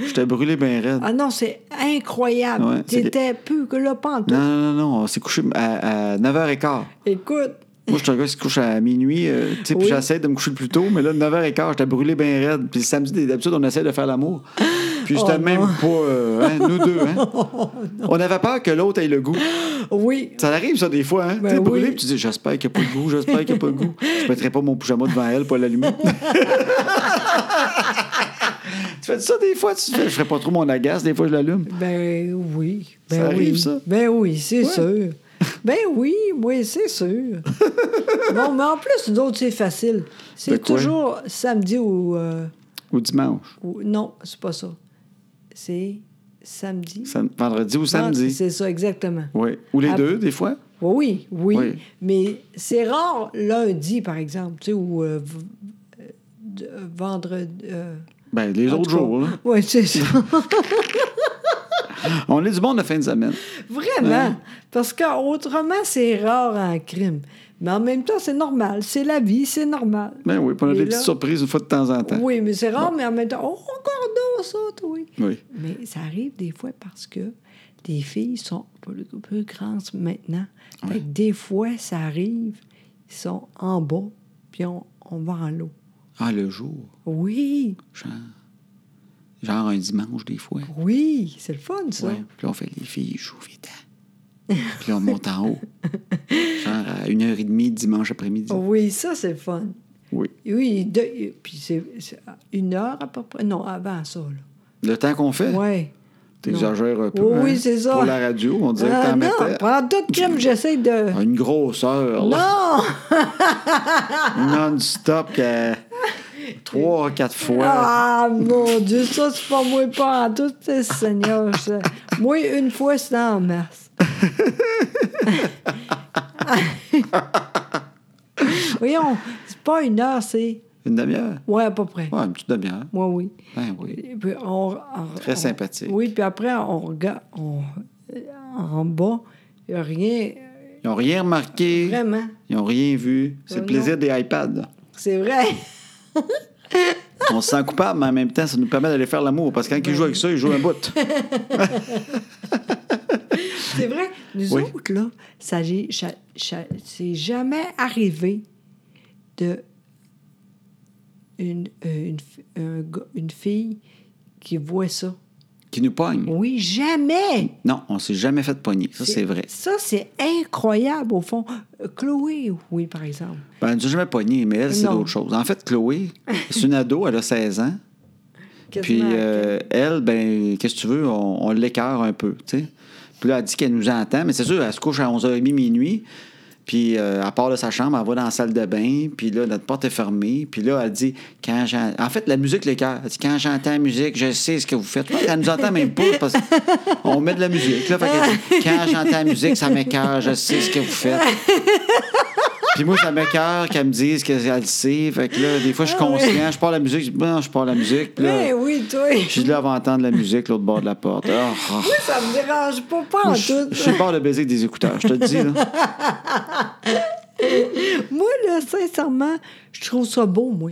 Speaker 2: J'étais brûlé bien raide.
Speaker 3: Ah non, c'est incroyable.
Speaker 2: Ouais, c'est-
Speaker 3: T'étais plus que là, pas en tout.
Speaker 2: Non, non, non, non, on s'est couché à, à 9h15.
Speaker 3: Écoute,
Speaker 2: Moi, je suis un gars qui se couche à minuit, euh, tu sais, puis
Speaker 3: Oui.
Speaker 2: j'essaie de me coucher le plus tôt, mais là, 9h15, j'étais brûlé bien raide. Puis le samedi, d'habitude, on essaie de faire l'amour. Puis j'étais
Speaker 3: Oh
Speaker 2: même
Speaker 3: non.
Speaker 2: pas. euh, hein, nous deux,
Speaker 3: *laughs*
Speaker 2: hein. on avait peur que l'autre ait le goût.
Speaker 3: oui.
Speaker 2: Ça arrive, ça, des fois. Hein?
Speaker 3: Ben
Speaker 2: T'es brûlé,
Speaker 3: oui.
Speaker 2: puis tu dis J'espère qu'il n'y a pas de goût, j'espère qu'il n'y a pas de goût. Je ne mettrai pas mon pyjama devant elle pour l'allumer. *laughs* tu fais ça des fois, tu fais Je ferai pas trop mon agace, des fois, je l'allume.
Speaker 3: Ben oui. Ben
Speaker 2: Ça
Speaker 3: oui.
Speaker 2: arrive, ça?
Speaker 3: Ben oui, c'est
Speaker 2: Ouais.
Speaker 3: sûr. Ben oui, oui, c'est
Speaker 2: *laughs*
Speaker 3: sûr. bon, mais en plus, d'autres, c'est facile.
Speaker 2: De
Speaker 3: C'est
Speaker 2: quoi?
Speaker 3: toujours samedi ou. euh,
Speaker 2: Ou dimanche.
Speaker 3: ou- non, c'est pas ça. C'est samedi.
Speaker 2: Sam- Vendredi ou
Speaker 3: Non,
Speaker 2: samedi.
Speaker 3: Ah, C'est ça, exactement.
Speaker 2: Oui. Ou les
Speaker 3: Ah.
Speaker 2: deux, des fois.
Speaker 3: Oui, oui,
Speaker 2: Oui.
Speaker 3: Mais c'est rare lundi, par exemple, tu sais, ou euh, v- euh, d- euh, vendredi. euh,
Speaker 2: Ben, les
Speaker 3: en
Speaker 2: autres
Speaker 3: tout cas.
Speaker 2: jours. là.
Speaker 3: *laughs* Oui, c'est ça.
Speaker 2: *laughs* On est du bon de fin de semaine. Hein?
Speaker 3: Vraiment. Parce qu'autrement, c'est rare en crime. Mais en même temps, c'est normal. C'est la vie, c'est normal.
Speaker 2: Ben oui, puis on a
Speaker 3: Mais
Speaker 2: des
Speaker 3: là-
Speaker 2: petites surprises une fois de temps en temps.
Speaker 3: Oui, mais c'est rare, mais en même temps, oh, encore donc ça, toi.
Speaker 2: Oui.
Speaker 3: Mais ça arrive des fois parce que les filles sont plus, plus grandes maintenant. Fait que des fois, ça arrive, ils sont en bas, puis on, on va en l'eau.
Speaker 2: Ah, le jour.
Speaker 3: Oui,
Speaker 2: Genre, genre un dimanche, des fois.
Speaker 3: oui, c'est le fun, ça.
Speaker 2: Ouais. Puis là, on fait les filles jouent vite. hein. Puis là, on monte
Speaker 3: *laughs*
Speaker 2: en haut. Genre à 1h30 dimanche après-midi.
Speaker 3: Oui, ça, c'est le fun.
Speaker 2: Oui.
Speaker 3: Oui, de- puis c'est c'est une heure à peu près. Non, avant ça, là.
Speaker 2: Le temps qu'on fait,
Speaker 3: Ouais.
Speaker 2: *laughs* t'exagères un peu.
Speaker 3: Oui, oui,
Speaker 2: hein?
Speaker 3: c'est ça.
Speaker 2: Pour la radio, on dirait que
Speaker 3: Ah,
Speaker 2: t'en
Speaker 3: non,
Speaker 2: mettais
Speaker 3: prends toute crème, j'essaie de.
Speaker 2: une grosse heure, là,
Speaker 3: Non!
Speaker 2: non-stop, que trois, quatre fois.
Speaker 3: Ah, mon Dieu, ça, c'est pas moi, pas en tout, c'est Seigneur. ça. *laughs* Moi, une fois, c'est en mars. *laughs* Voyons, c'est pas une heure, c'est.
Speaker 2: Une demi-heure?
Speaker 3: Ouais, à peu près.
Speaker 2: Ouais, une petite demi-heure.
Speaker 3: Moi, oui.
Speaker 2: Ben oui.
Speaker 3: Et puis on- on-
Speaker 2: Très
Speaker 3: on-
Speaker 2: sympathique.
Speaker 3: Oui, puis après, on regarde. on- en bas, il n'y a rien.
Speaker 2: Ils n'ont rien remarqué.
Speaker 3: Vraiment,
Speaker 2: Ils n'ont rien vu. C'est
Speaker 3: Euh,
Speaker 2: le plaisir des iPads. là.
Speaker 3: c'est vrai.
Speaker 2: On se sent coupable, mais en même temps, ça nous permet d'aller faire l'amour. Parce que quand ils jouent avec ça, ils jouent un bout.
Speaker 3: C'est vrai, nous
Speaker 2: Oui.
Speaker 3: autres, là, ça, j'ai- cha- cha- c'est jamais arrivé de une, euh, une, fi- un gars- une fille qui voit ça.
Speaker 2: Qui nous pognent.
Speaker 3: Oui, jamais!
Speaker 2: Non, on s'est jamais fait pogner. Ça, c'est vrai.
Speaker 3: Ça, c'est incroyable, au fond. Euh, Chloé, oui, par exemple.
Speaker 2: Ben, elle ne jamais pogné, mais elle, c'est
Speaker 3: Non.
Speaker 2: d'autres choses. En fait, Chloé, c'est une ado, elle a 16 ans. Puis
Speaker 3: Quasiment-
Speaker 2: euh, elle, ben, qu'est-ce que tu veux, on, on l'écœure un peu, tu sais. Puis là, elle dit qu'elle nous entend, mais c'est sûr, elle se couche à 11h30, minuit. Puis euh, elle part de sa chambre, elle va dans la salle de bain, puis là, notre porte est fermée. Puis là, elle dit, quand j'en- en fait, la musique l'écœure. Elle dit, quand j'entends la musique, je sais ce que vous faites. Elle nous entend même pas, parce qu'on met de la musique. Là, Fait qu'elle dit, quand j'entends la musique, ça m'écœure, je sais ce que vous faites. Puis moi, ça m'écœure qu'elle me dise qu'elle le sait. Fait que là, des fois, je suis
Speaker 3: Ah oui.
Speaker 2: conscient, je pars la musique, je dis, bon, je pars la musique. Puis là,
Speaker 3: Ben oui, toi.
Speaker 2: je suis là avant d'entendre la musique, l'autre bord de la porte. Ah, ah.
Speaker 3: Ça me dérange pas, pas en
Speaker 2: Moi, Je
Speaker 3: tout.
Speaker 2: je suis le bord de baiser avec des écouteurs, je te le dis. Là.
Speaker 3: Moi, là, sincèrement, je trouve ça beau, moi.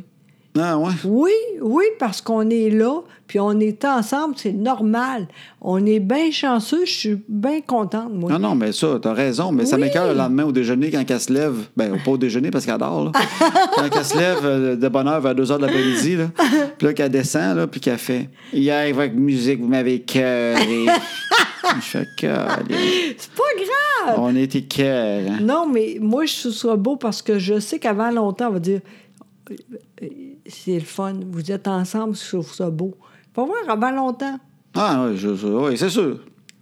Speaker 2: Ah, ouais.
Speaker 3: Oui, oui, parce qu'on est là, puis on est ensemble, c'est normal. On est bien chanceux, je suis bien contente, moi.
Speaker 2: Non, non, mais ça, t'as raison, mais ça
Speaker 3: Oui.
Speaker 2: m'écœure le lendemain au déjeuner quand qu'elle se lève. Ben, pas au déjeuner parce qu'elle dort, là. quand qu'elle se lève euh, de bonne heure vers 2 h de l'après-midi, là. Puis là, qu'elle descend, là, puis qu'elle fait Hier, votre musique, vous m'avez écœuré. je fais Câlin.
Speaker 3: C'est pas grave!
Speaker 2: On est écœuré. hein.
Speaker 3: Non, mais moi, je trouve ça beau parce que je sais qu'avant longtemps, on va dire euh, euh, c'est le fun, vous êtes ensemble, je trouve ça beau. Faut voir, avant longtemps.
Speaker 2: Ah, oui, je- je- oui, c'est sûr.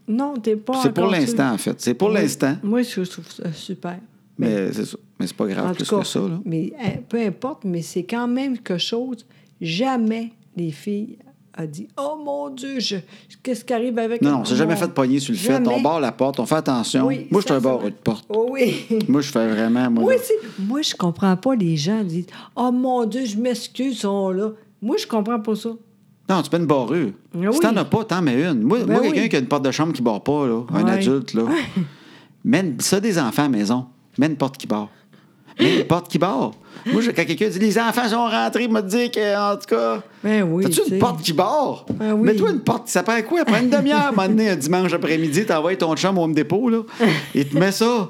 Speaker 3: Non, t'es pas.
Speaker 2: C'est pour
Speaker 3: encore
Speaker 2: l'instant,
Speaker 3: sûr.
Speaker 2: en fait. C'est pour
Speaker 3: Oui.
Speaker 2: l'instant,
Speaker 3: Moi, je trouve ça super.
Speaker 2: mais c'est ça. Mais c'est pas grave
Speaker 3: En
Speaker 2: plus
Speaker 3: tout cas,
Speaker 2: que ça. Là.
Speaker 3: Mais euh, peu importe, mais c'est quand même quelque chose. Jamais les filles a dit Oh mon Dieu, je- qu'est-ce qui arrive avec
Speaker 2: Non, non, c'est jamais
Speaker 3: mon-
Speaker 2: fait de poignée sur le fait.
Speaker 3: Jamais.
Speaker 2: On barre la porte, on fait attention.
Speaker 3: Oui,
Speaker 2: moi, je suis un
Speaker 3: ça, ça-
Speaker 2: barre de porte.
Speaker 3: Oh
Speaker 2: *laughs*
Speaker 3: oui.
Speaker 2: Moi, je fais vraiment. Moi,
Speaker 3: Oui,
Speaker 2: là.
Speaker 3: c'est- Moi, je comprends pas les gens disent Oh mon Dieu, je m'excuse, ils sont là. Moi, je comprends pas
Speaker 2: *laughs*
Speaker 3: ça.
Speaker 2: Non, tu mets une barrure.
Speaker 3: Ah
Speaker 2: Si
Speaker 3: oui.
Speaker 2: t'en as pas, t'en mets une. Moi,
Speaker 3: Ben
Speaker 2: moi, quelqu'un
Speaker 3: oui.
Speaker 2: qui a une porte de chambre qui barre pas, là, un
Speaker 3: Ouais. *laughs*
Speaker 2: adulte, là. Mène ça des enfants à la maison. Mets une porte qui barre. Mets une porte qui barre. Moi, je- quand quelqu'un dit les enfants sont rentrés, il m'a dit que, en tout cas.
Speaker 3: Ben oui.
Speaker 2: T'as-tu
Speaker 3: tu
Speaker 2: une
Speaker 3: sais.
Speaker 2: porte qui barre?
Speaker 3: Ah oui.
Speaker 2: Mets-toi une porte. Ça prend quoi? Ça prend une demi-heure. à un moment donné, un dimanche après-midi, t'envoies ton chum au Home Depot, là. Il te met ça.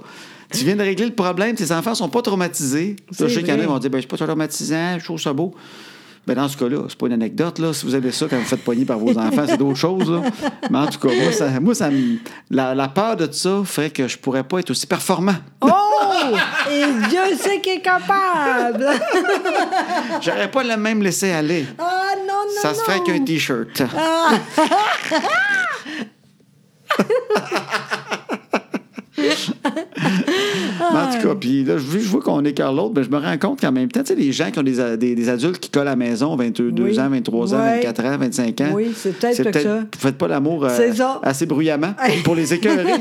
Speaker 2: Tu viens de régler le problème. Tes enfants sont pas traumatisés. Là,
Speaker 3: C'est
Speaker 2: je sais qu'il y en a
Speaker 3: vrai.
Speaker 2: qui vont dire, ben, je suis pas traumatisant, je trouve ça beau. Ben, dans ce cas-là, c'est pas une anecdote, là. Si vous avez ça quand vous faites poigner par vos enfants, c'est d'autres choses, là. Mais en tout cas, moi, ça, moi, ça me- la, la peur de ça ferait que je pourrais pas être aussi performant.
Speaker 3: Oh! Et Dieu sait qu'il est
Speaker 2: *laughs*
Speaker 3: capable!
Speaker 2: J'aurais pas le même laisser aller.
Speaker 3: Ah non, non,
Speaker 2: ça se ferait
Speaker 3: non. Ah,
Speaker 2: qu'un T-shirt. Mais en tout cas, puis là, je vois, je vois qu'on écarte l'autre, mais je me rends compte qu'en même temps, tu sais, les gens qui ont des, a- des, des adultes qui collent à la maison 22
Speaker 3: Oui.
Speaker 2: ans, 23 ans,
Speaker 3: Ouais.
Speaker 2: 24 ans, 25 ans.
Speaker 3: Oui, c'est peut-être que ça.
Speaker 2: Vous faites pas l'amour euh,
Speaker 3: C'est ça. *laughs*
Speaker 2: assez bruyamment pour les écœurer.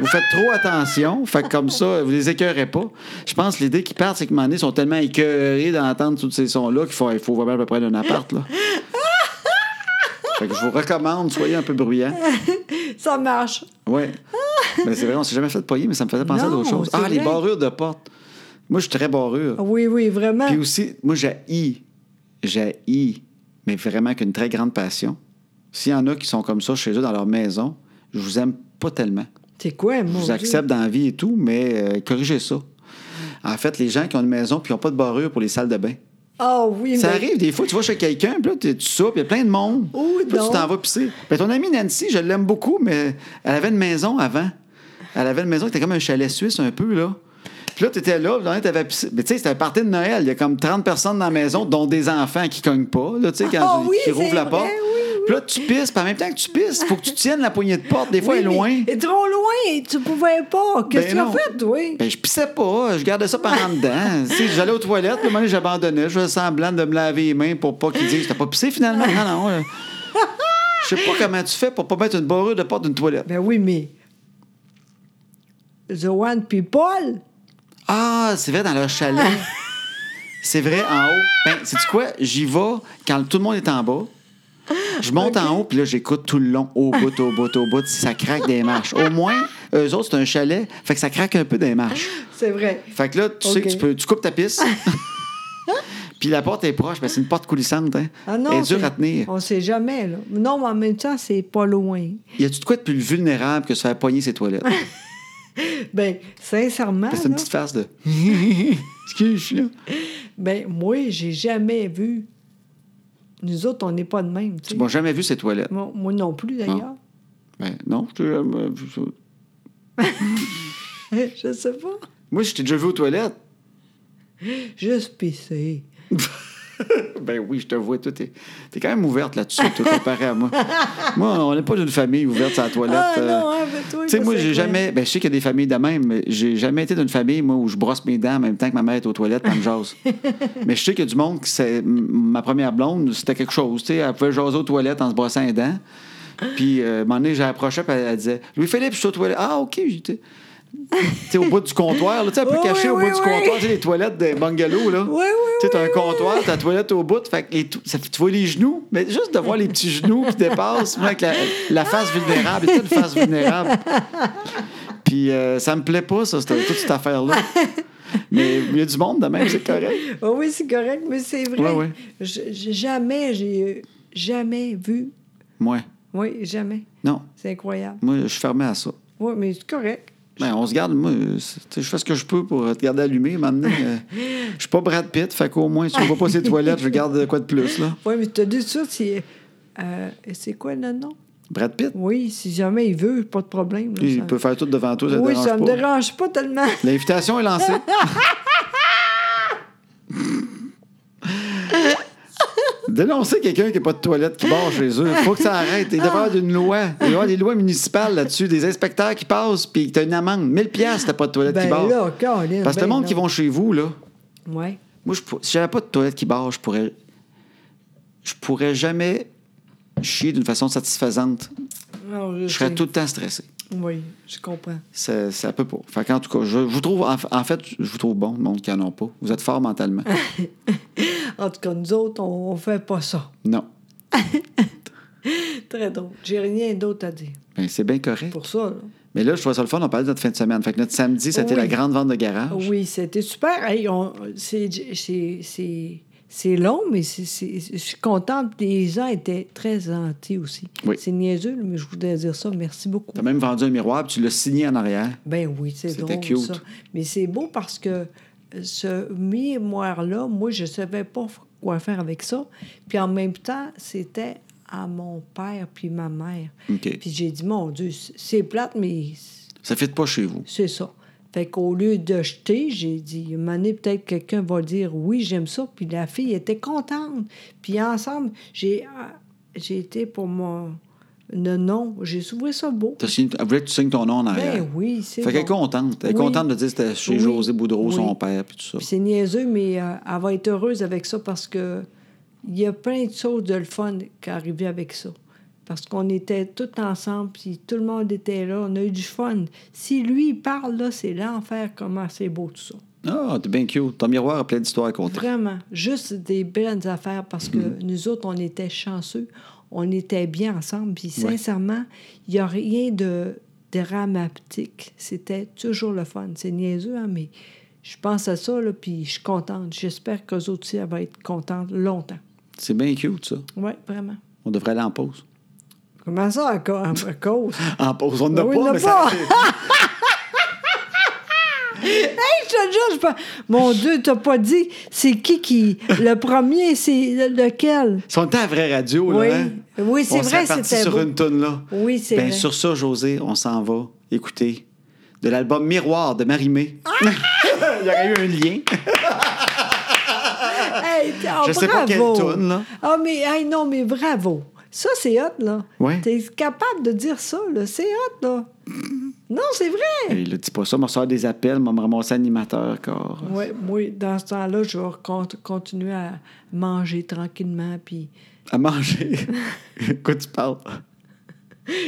Speaker 2: vous faites trop attention, fait que comme ça, vous les écœurez pas. Je pense que l'idée qui partent, c'est que un moment donné, ils sont tellement écœurés d'entendre tous ces sons-là qu'il faut, il faut vraiment à peu près d'un appart,
Speaker 3: *laughs*
Speaker 2: là. Fait que je vous recommande, soyez un peu bruyants.
Speaker 3: Ça marche.
Speaker 2: Oui. Mais c'est vrai, on s'est jamais fait poigner, mais ça me faisait penser à
Speaker 3: Ah! Non,
Speaker 2: d'autres choses.
Speaker 3: c'est
Speaker 2: Ah, les
Speaker 3: vrai. Ah
Speaker 2: barrures de porte. Moi, je suis très barrure.
Speaker 3: Oui, oui, vraiment.
Speaker 2: Puis aussi, moi, j'ai J'haïs, mais vraiment qu'une très grande passion. S'il y en a qui sont comme ça chez eux, dans leur maison, je vous aime pas tellement.
Speaker 3: C'est quoi,
Speaker 2: Je
Speaker 3: mon
Speaker 2: vous
Speaker 3: Dieu?
Speaker 2: accepte dans la vie et tout, mais euh, corrigez ça. En fait, les gens qui ont une maison puis qui n'ont pas de barrure pour les salles de bain.
Speaker 3: Ah oui,
Speaker 2: Ça
Speaker 3: mais-
Speaker 2: arrive, des fois, tu vas chez quelqu'un, puis là, tu tu soupes, il y a plein de monde.
Speaker 3: Oh,
Speaker 2: Puis là, tu
Speaker 3: donc.
Speaker 2: t'en vas pisser. Ben, ton amie Nancy, je l'aime beaucoup, mais elle avait une maison avant. Elle avait une maison qui était comme un chalet suisse, un peu, là. Puis là, tu étais là, tu avais pissé. Mais tu sais, c'était un party de Noël. Il y a comme 30 personnes dans la maison, dont des enfants qui cognent pas, là, tu sais, quand
Speaker 3: Ah
Speaker 2: tu-
Speaker 3: oui,
Speaker 2: qui rouvrent
Speaker 3: c'est
Speaker 2: la
Speaker 3: vrai,
Speaker 2: porte.
Speaker 3: oui, oui.
Speaker 2: Puis là, tu pisses, puis en même temps que tu pisses, il faut que tu tiennes la poignée de porte. Des fois,
Speaker 3: Oui,
Speaker 2: elle est
Speaker 3: mais-
Speaker 2: loin.
Speaker 3: Et trop loin, tu pouvais pas. Qu'est-ce
Speaker 2: Ben
Speaker 3: que tu as
Speaker 2: non.
Speaker 3: fait, oui?
Speaker 2: Ben, je pissais pas, je gardais ça par en
Speaker 3: *laughs*
Speaker 2: dedans. Tu sais, J'allais aux toilettes, le moment donné, j'abandonnais, je faisais semblant de me laver les mains pour pas qu'ils disent T'as pas pissé finalement Non, non. euh, Je sais pas comment tu fais pour pas mettre une barrure de porte d'une toilette.
Speaker 3: Ben oui, mais. Zoan puis Paul?
Speaker 2: Ah, c'est vrai, dans leur chalet. C'est vrai, en haut. Ben, sais-tu quoi? J'y vais quand tout le monde est en bas. Je monte en haut, puis là, j'écoute tout le long, au bout, au bout, au bout, si ça craque des marches. Au moins, eux autres, c'est un chalet, fait que ça craque un peu des marches.
Speaker 3: C'est vrai.
Speaker 2: Fait que là, tu sais
Speaker 3: Ok.
Speaker 2: que tu peux. Tu coupes ta piste. Puis la porte est proche, mais c'est une porte coulissante, hein.
Speaker 3: Ah non,
Speaker 2: Elle est dure
Speaker 3: c'est-
Speaker 2: à tenir.
Speaker 3: On sait jamais, là. Non, mais en même temps, c'est pas loin.
Speaker 2: Y a-tu de quoi de plus vulnérable que se faire poigner ses toilettes?
Speaker 3: Ben, sincèrement,
Speaker 2: Parce que c'est une
Speaker 3: là,
Speaker 2: petite face de. Excuse, je suis là.
Speaker 3: ben, moi, j'ai jamais vu. Nous autres, on n'est pas de même, tu
Speaker 2: Tu Ah.
Speaker 3: sais.
Speaker 2: m'as jamais vu ces toilettes.
Speaker 3: Moi, moi non plus, d'ailleurs. *laughs*
Speaker 2: Ben, non, je t'ai jamais vu ça.
Speaker 3: je sais pas.
Speaker 2: Moi, je t'ai déjà vu aux toilettes.
Speaker 3: Juste pisser.
Speaker 2: Ben oui, je te vois. Toi, t'es t'es quand même ouverte là-dessus, toi,
Speaker 3: *laughs*
Speaker 2: comparé à moi. Moi, on n'est pas d'une famille ouverte sur la toilette.
Speaker 3: Ah
Speaker 2: euh,
Speaker 3: non, hein, ben toi,
Speaker 2: Tu sais,
Speaker 3: je
Speaker 2: moi,
Speaker 3: sais
Speaker 2: j'ai
Speaker 3: quoi.
Speaker 2: jamais. Ben, je sais qu'il y a des familles de même, mais j'ai jamais été d'une famille, moi, où je brosse mes dents en même temps que ma mère est aux toilettes, elle
Speaker 3: *laughs*
Speaker 2: me jase. mais je sais qu'il y a du monde qui. c'est- m- Ma première blonde, c'était quelque chose. Tu sais, elle pouvait jaser aux toilettes en se brossant les dents. Puis, euh, à un moment donné, j'ai approché, puis elle, elle disait Louis-Philippe, je suis aux toilettes. Ah, OK. j'étais- Tu sais, au bout du comptoir, là, tu sais, un peu
Speaker 3: Oui,
Speaker 2: caché au
Speaker 3: oui,
Speaker 2: bout du
Speaker 3: oui.
Speaker 2: comptoir, tu sais, les toilettes des bungalows, là.
Speaker 3: oui,
Speaker 2: Tu sais, t'as un
Speaker 3: oui,
Speaker 2: comptoir, ta toilette au bout, fait que les tou- ça fait- tu vois les genoux, mais juste de voir les petits genoux qui dépassent, moi, avec la, la face vulnérable, et toute face vulnérable. Puis euh, ça me plaît pas, ça, cette- toute cette affaire-là. Mais il y a du monde de même, c'est correct.
Speaker 3: Ah oui, c'est correct, mais c'est vrai.
Speaker 2: Ouais, ouais.
Speaker 3: Je- j'ai jamais, j'ai euh, jamais vu.
Speaker 2: Moi,
Speaker 3: Oui, jamais.
Speaker 2: non,
Speaker 3: C'est incroyable.
Speaker 2: moi, je suis fermé à ça.
Speaker 3: Oui, mais c'est correct.
Speaker 2: Ben, on se garde, moi, euh, c'est- tu sais, je fais ce que je peux pour te garder allumé, maintenant. euh, je suis pas Brad Pitt, fait qu'au moins, si on voit pas ses toilettes, je garde de quoi de plus, là.
Speaker 3: Oui, mais tu as dit ça, c'est. euh, c'est quoi le nom?
Speaker 2: Brad Pitt,
Speaker 3: Oui, si jamais il veut, pas de problème. là,
Speaker 2: il
Speaker 3: ça-
Speaker 2: peut faire tout devant toi, ça te
Speaker 3: oui,
Speaker 2: dérange
Speaker 3: ça me
Speaker 2: pas.
Speaker 3: dérange pas tellement.
Speaker 2: L'invitation
Speaker 3: *laughs*
Speaker 2: est lancée. Dénoncer quelqu'un qui n'a pas de toilette qui barre chez eux, faut que ça arrête. Il devrait y avoir une loi. Il doit y avoir des lois municipales là-dessus, des inspecteurs qui passent, puis tu as une amende. 1000 piastres, t'as pas de toilette qui
Speaker 3: Ben
Speaker 2: barre.
Speaker 3: là, Colin,
Speaker 2: Parce que le
Speaker 3: ben
Speaker 2: monde
Speaker 3: non.
Speaker 2: qui vont chez vous, là,
Speaker 3: Ouais.
Speaker 2: moi, je, pour- si j'avais pas de toilette qui barre, je pourrais. Je pourrais jamais chier d'une façon satisfaisante.
Speaker 3: Non,
Speaker 2: Je serais
Speaker 3: sais.
Speaker 2: tout le temps stressé.
Speaker 3: Oui, je comprends.
Speaker 2: Ça, ça peut pas. Fait qu'en tout cas, je vous trouve. En, en fait, je vous trouve bon, le monde qui en a pas. Vous êtes
Speaker 3: *laughs*
Speaker 2: fort mentalement.
Speaker 3: En tout cas, nous autres, on, on fait pas ça.
Speaker 2: non.
Speaker 3: Très drôle. J'ai rien d'autre à dire.
Speaker 2: Ben, c'est bien correct.
Speaker 3: Pour ça, là.
Speaker 2: Mais là, je trouvais ça le fun, on parlait de notre fin de semaine. Fait que notre samedi, c'était
Speaker 3: Oui.
Speaker 2: la grande vente de garage.
Speaker 3: Oui, c'était super. Hey, on- c'est- c'est- c'est- c'est long, mais c'est- c'est- je suis contente. Les gens étaient très gentils aussi.
Speaker 2: Oui.
Speaker 3: C'est niaiseux, mais je voudrais dire ça. Merci beaucoup.
Speaker 2: T'as même vendu un miroir, puis tu l'as signé en arrière.
Speaker 3: Ben oui, c'est
Speaker 2: C'était
Speaker 3: drôle,
Speaker 2: cute.
Speaker 3: ça. Mais c'est beau parce que ce mémoire-là, moi, je savais pas f- quoi faire avec ça. Puis en même temps, c'était à mon père puis ma mère.
Speaker 2: OK.
Speaker 3: Puis j'ai dit, mon Dieu, c- c'est plate, mais
Speaker 2: Ça fait pas chez vous.
Speaker 3: c'est ça. Fait qu'au lieu de jeter, j'ai dit, une année, peut-être quelqu'un va dire oui, j'aime ça. Puis la fille était contente. Puis ensemble, j'ai ah, j'ai été pour mon. Le nom, j'ai trouvé ça beau.
Speaker 2: T'as signé, elle voulait que tu signes ton nom en arrière.
Speaker 3: Ben oui, c'est
Speaker 2: Fait qu'elle est
Speaker 3: bon.
Speaker 2: contente. Elle est
Speaker 3: Oui.
Speaker 2: contente de dire que c'était chez
Speaker 3: Oui.
Speaker 2: José Boudreau, son
Speaker 3: Oui.
Speaker 2: père, puis tout
Speaker 3: Puis
Speaker 2: ça.
Speaker 3: C'est niaiseux, mais euh, elle va être heureuse avec ça parce que il y a plein de choses de le fun qui arrivaient avec ça. Parce qu'on était tous ensemble, puis tout le monde était là, on a eu du fun. Si lui, il parle, là, c'est l'enfer, comment c'est beau tout ça.
Speaker 2: Ah, t'es bien cute. Ton miroir a plein d'histoires à compter.
Speaker 3: Vraiment, juste des belles affaires parce que nous autres, on était chanceux, on était bien ensemble, puis
Speaker 2: Ouais.
Speaker 3: sincèrement, il n'y a rien de dramatique. C'était toujours le fun. C'est niaiseux, hein, mais je pense à ça, là, puis je suis contente. J'espère qu'eux autres aussi, elles vont être contentes longtemps.
Speaker 2: C'est bien cute, ça.
Speaker 3: Oui, vraiment.
Speaker 2: On devrait aller en pause.
Speaker 3: Comment ça, à, co- à cause?
Speaker 2: En pause, on n'a
Speaker 3: Ben Oui,
Speaker 2: pas,
Speaker 3: on n'a
Speaker 2: mais ça-
Speaker 3: pas. *laughs* Je te jure, je pense- Mon Dieu, t'as pas dit c'est qui qui. Le premier, c'est lequel?
Speaker 2: Si on était à la vraie radio,
Speaker 3: Oui.
Speaker 2: là, hein,
Speaker 3: Oui, c'est
Speaker 2: on serait
Speaker 3: vrai,
Speaker 2: parti
Speaker 3: c'était
Speaker 2: sur
Speaker 3: beau.
Speaker 2: une toune, là.
Speaker 3: Oui, c'est
Speaker 2: Ben,
Speaker 3: vrai.
Speaker 2: sur ça, José, on s'en va écouter de l'album Miroir de Marimé. *laughs* Il y aurait eu un *laughs* lien.
Speaker 3: Hey, t- oh,
Speaker 2: Je sais pas
Speaker 3: bravo.
Speaker 2: quelle toune, là.
Speaker 3: Ah, mais hey, non, mais bravo. Ça, c'est hot, là.
Speaker 2: Ouais.
Speaker 3: T'es capable de dire ça, là. C'est hot, là. non, c'est vrai.
Speaker 2: Il le dit pas ça, m'a sort des appels, m'a ramassé animateur, corps. euh,
Speaker 3: Oui, moi, dans ce temps-là, je vais con- continuer à manger tranquillement, puis
Speaker 2: À manger. *laughs* Quoi tu parles?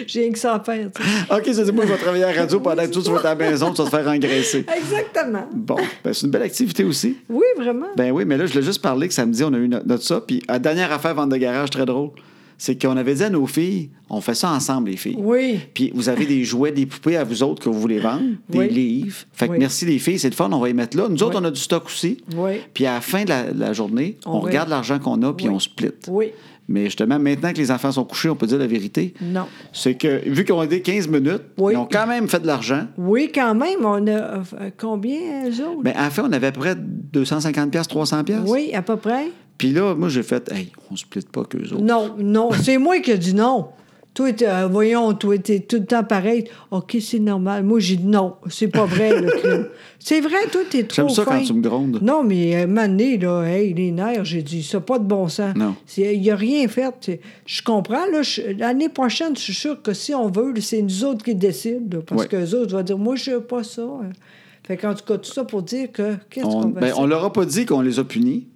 Speaker 3: j'ai rien que ça à faire, tu
Speaker 2: *gasps*
Speaker 3: sais.
Speaker 2: OK, ça dit moi, je vais travailler à la radio pendant que toi, tu vas être à la maison, tu vas te faire engraisser.
Speaker 3: Exactement.
Speaker 2: Bon, ben, c'est une belle activité aussi.
Speaker 3: Oui, vraiment.
Speaker 2: Ben oui, mais là, je voulais juste parler que samedi, on a eu no- notre ça. Puis, la dernière affaire, vente de garage, très drôle, c'est qu'on avait dit à nos filles, on fait ça ensemble, les filles.
Speaker 3: Oui.
Speaker 2: Puis, vous avez des jouets, des poupées à vous autres que vous voulez vendre, des
Speaker 3: Oui.
Speaker 2: livres. Fait que
Speaker 3: Oui.
Speaker 2: merci, les filles, c'est le fun, on va y mettre là. Nous autres,
Speaker 3: Oui.
Speaker 2: on a du stock aussi.
Speaker 3: Oui.
Speaker 2: Puis, à la fin de la, la journée, on,
Speaker 3: On va-
Speaker 2: regarde l'argent qu'on a, puis
Speaker 3: Oui.
Speaker 2: on split.
Speaker 3: Oui.
Speaker 2: Mais justement, maintenant que les enfants sont couchés, on peut dire la vérité.
Speaker 3: Non.
Speaker 2: C'est que, vu qu'on a dit 15 minutes,
Speaker 3: Oui.
Speaker 2: ils ont quand même fait de l'argent.
Speaker 3: Oui, quand même, on a euh, combien, eux autres?
Speaker 2: Mais à la fin, on avait à peu près 250 pièces, 300 pièces.
Speaker 3: oui, à peu près.
Speaker 2: Puis là, moi, j'ai fait, hey, on split pas qu'eux autres.
Speaker 3: Non, non, c'est moi qui ai dit non. Toi, t'es- euh, voyons, toi, t'es tout le temps pareil. OK, c'est normal. Moi, j'ai dit non, c'est pas vrai, le
Speaker 2: *laughs*
Speaker 3: crime. C'est vrai, toi, t'es trop
Speaker 2: J'aime ça quand
Speaker 3: fin.
Speaker 2: tu me grondes.
Speaker 3: Non, mais euh, Mané, là, hey, les nerfs, j'ai dit, ça pas de bon sens.
Speaker 2: Non.
Speaker 3: C'est- Il a rien fait. C'est- Je comprends, là, je- l'année prochaine, je suis sûre que si on veut, c'est nous autres qui décident, là, parce
Speaker 2: Ouais.
Speaker 3: que les autres vont dire, moi, je veux pas ça. hein. Fait qu'en tout cas, tout ça pour dire que, qu'est-ce
Speaker 2: On,
Speaker 3: qu'on va
Speaker 2: ben,
Speaker 3: faire?
Speaker 2: on leur a pas dit qu'on les a punis,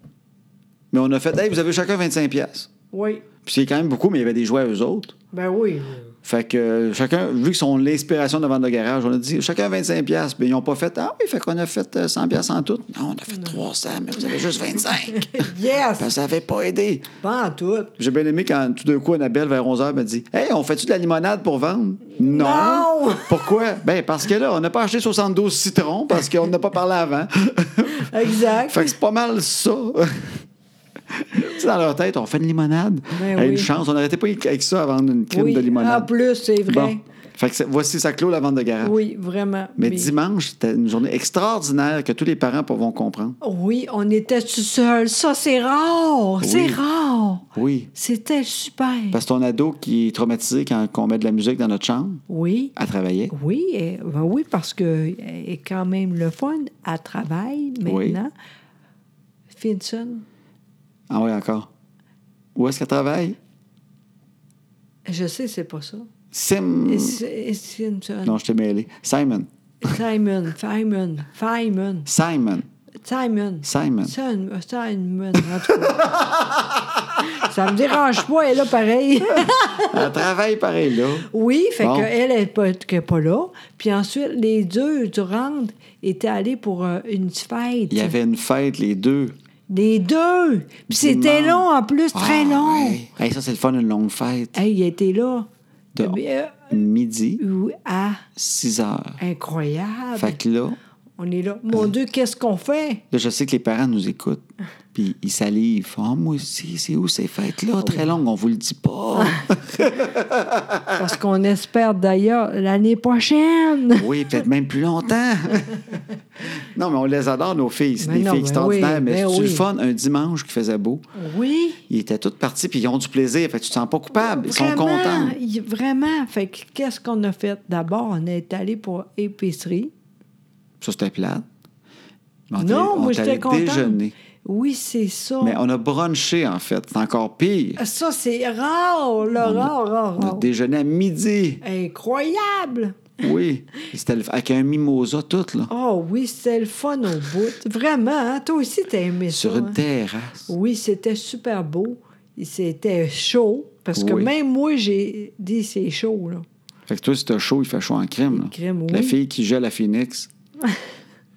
Speaker 2: mais on a fait, hey, vous avez chacun 25 pièces.
Speaker 3: Oui,
Speaker 2: Puis c'est quand même beaucoup, mais il y avait des jouets à eux autres.
Speaker 3: ben oui.
Speaker 2: Fait que euh, chacun, vu qu'ils sont l'inspiration de vendre le garage, on a dit chacun 25$, piastres. mais ils n'ont pas fait Ah oui, fait qu'on a fait euh, 100$ piastres en tout. Non, on a fait 300, mais vous avez juste *laughs* 25.
Speaker 3: Yes!
Speaker 2: Ben, ça n'avait pas aidé.
Speaker 3: Pas en tout.
Speaker 2: J'ai bien aimé quand tout d'un coup, Annabelle, vers 11h, me dit Hey, on fait-tu de la limonade pour vendre Non.
Speaker 3: Non!
Speaker 2: *laughs* Pourquoi Ben, parce que là, on n'a pas acheté 72 citrons parce qu'on n'a pas parlé avant. *laughs*
Speaker 3: Exact.
Speaker 2: fait que c'est pas mal ça. *laughs* tu sais, dans leur tête, on fait une limonade.
Speaker 3: Ben
Speaker 2: Hey, Une
Speaker 3: oui.
Speaker 2: chance, on n'arrêtait pas avec ça à vendre une crème
Speaker 3: Oui,
Speaker 2: de limonade.
Speaker 3: En plus, c'est vrai.
Speaker 2: Bon. Fait que c'est- voici, ça clôt la vente de garage.
Speaker 3: Oui, vraiment.
Speaker 2: Mais dimanche, c'était une journée extraordinaire que tous les parents vont comprendre.
Speaker 3: Oui, on était tout seul. Ça, c'est rare. C'est rare.
Speaker 2: Oui.
Speaker 3: C'était super.
Speaker 2: Parce que ton ado qui est traumatisé quand on met de la musique dans notre chambre,
Speaker 3: Oui.
Speaker 2: elle travaillait.
Speaker 3: Oui, eh, ben oui, parce que eh, est quand même le fun à travail maintenant. Finson,
Speaker 2: Ah oui, encore. Où est-ce qu'elle travaille?
Speaker 3: Je sais, c'est pas ça.
Speaker 2: Sim.
Speaker 3: It's- it's in-
Speaker 2: Hmm. Non, je t'ai mêlé. Simon.
Speaker 3: Simon, Simon, Simon,
Speaker 2: Simon.
Speaker 3: Simon.
Speaker 2: Simon.
Speaker 3: Simon, Simon, en tout cas. Ça me dérange pas, elle est là pareil. *laughs*
Speaker 2: Elle travaille pareil, là.
Speaker 3: Oui, fait
Speaker 2: Bon.
Speaker 3: qu'elle n'est pas, qu'elle est pas là. Puis ensuite, les deux Durand étaient allés pour euh, une fête.
Speaker 2: Il y avait une fête, les deux.
Speaker 3: Les deux! Puis c'était
Speaker 2: Dimanche.
Speaker 3: long en plus, très
Speaker 2: Ah,
Speaker 3: long.
Speaker 2: ouais. Hey, ça, c'est le fun, une longue fête.
Speaker 3: Hey, il était là.
Speaker 2: De-
Speaker 3: Euh,
Speaker 2: Midi,
Speaker 3: oui, ah,
Speaker 2: 6 heures.
Speaker 3: incroyable.
Speaker 2: Fait que Euh. là,
Speaker 3: On est là. Mon Dieu, qu'est-ce qu'on fait?
Speaker 2: là, je sais que les parents nous écoutent. Puis ils salivent. Ah, moi aussi, c'est où ces
Speaker 3: Oh,
Speaker 2: fêtes-là? Très longues, on vous le dit
Speaker 3: *laughs*
Speaker 2: pas. Ah.
Speaker 3: Parce qu'on espère d'ailleurs l'année prochaine.
Speaker 2: Oui, peut-être même plus longtemps. *laughs* non, mais on les adore, nos filles. C'est
Speaker 3: Mais
Speaker 2: des
Speaker 3: Ben non,
Speaker 2: filles
Speaker 3: mais
Speaker 2: extraordinaires.
Speaker 3: oui,
Speaker 2: mais
Speaker 3: mais oui.
Speaker 2: c'est le fun, un dimanche qui faisait beau.
Speaker 3: Oui.
Speaker 2: Ils étaient tous partis, puis ils ont du plaisir. Fait que tu te sens pas coupable. Ah, ben, Ils sont
Speaker 3: Vraiment,
Speaker 2: contents.
Speaker 3: il- Vraiment. Fait que qu'est-ce qu'on a fait? D'abord, on est allé pour épicerie.
Speaker 2: Ça, c'était plate. Mais on est
Speaker 3: Non,
Speaker 2: allé- Ah, on
Speaker 3: moi,
Speaker 2: est
Speaker 3: j'étais
Speaker 2: allé
Speaker 3: contente.
Speaker 2: déjeuner.
Speaker 3: Oui, c'est ça. Ah,
Speaker 2: Mais on a brunché, en fait. C'est encore pire.
Speaker 3: Ça, c'est rare, là, rare, rare,
Speaker 2: On a
Speaker 3: rare.
Speaker 2: déjeuné
Speaker 3: *laughs*
Speaker 2: à midi.
Speaker 3: Incroyable!
Speaker 2: Oui. C'était le- avec un mimosa tout, là.
Speaker 3: Oh oui, c'était le fun au bout. Vraiment, hein? toi aussi, t'as aimé
Speaker 2: Sur
Speaker 3: ça.
Speaker 2: une
Speaker 3: hein?
Speaker 2: terrasse.
Speaker 3: Oui, c'était super beau. Et C'était chaud, parce que
Speaker 2: Oui.
Speaker 3: même moi, j'ai dit c'est chaud, là.
Speaker 2: Fait que toi, c'était chaud, il fait chaud en crime. là.
Speaker 3: crime, oui.
Speaker 2: La fille qui gèle
Speaker 3: *laughs*
Speaker 2: à Phoenix.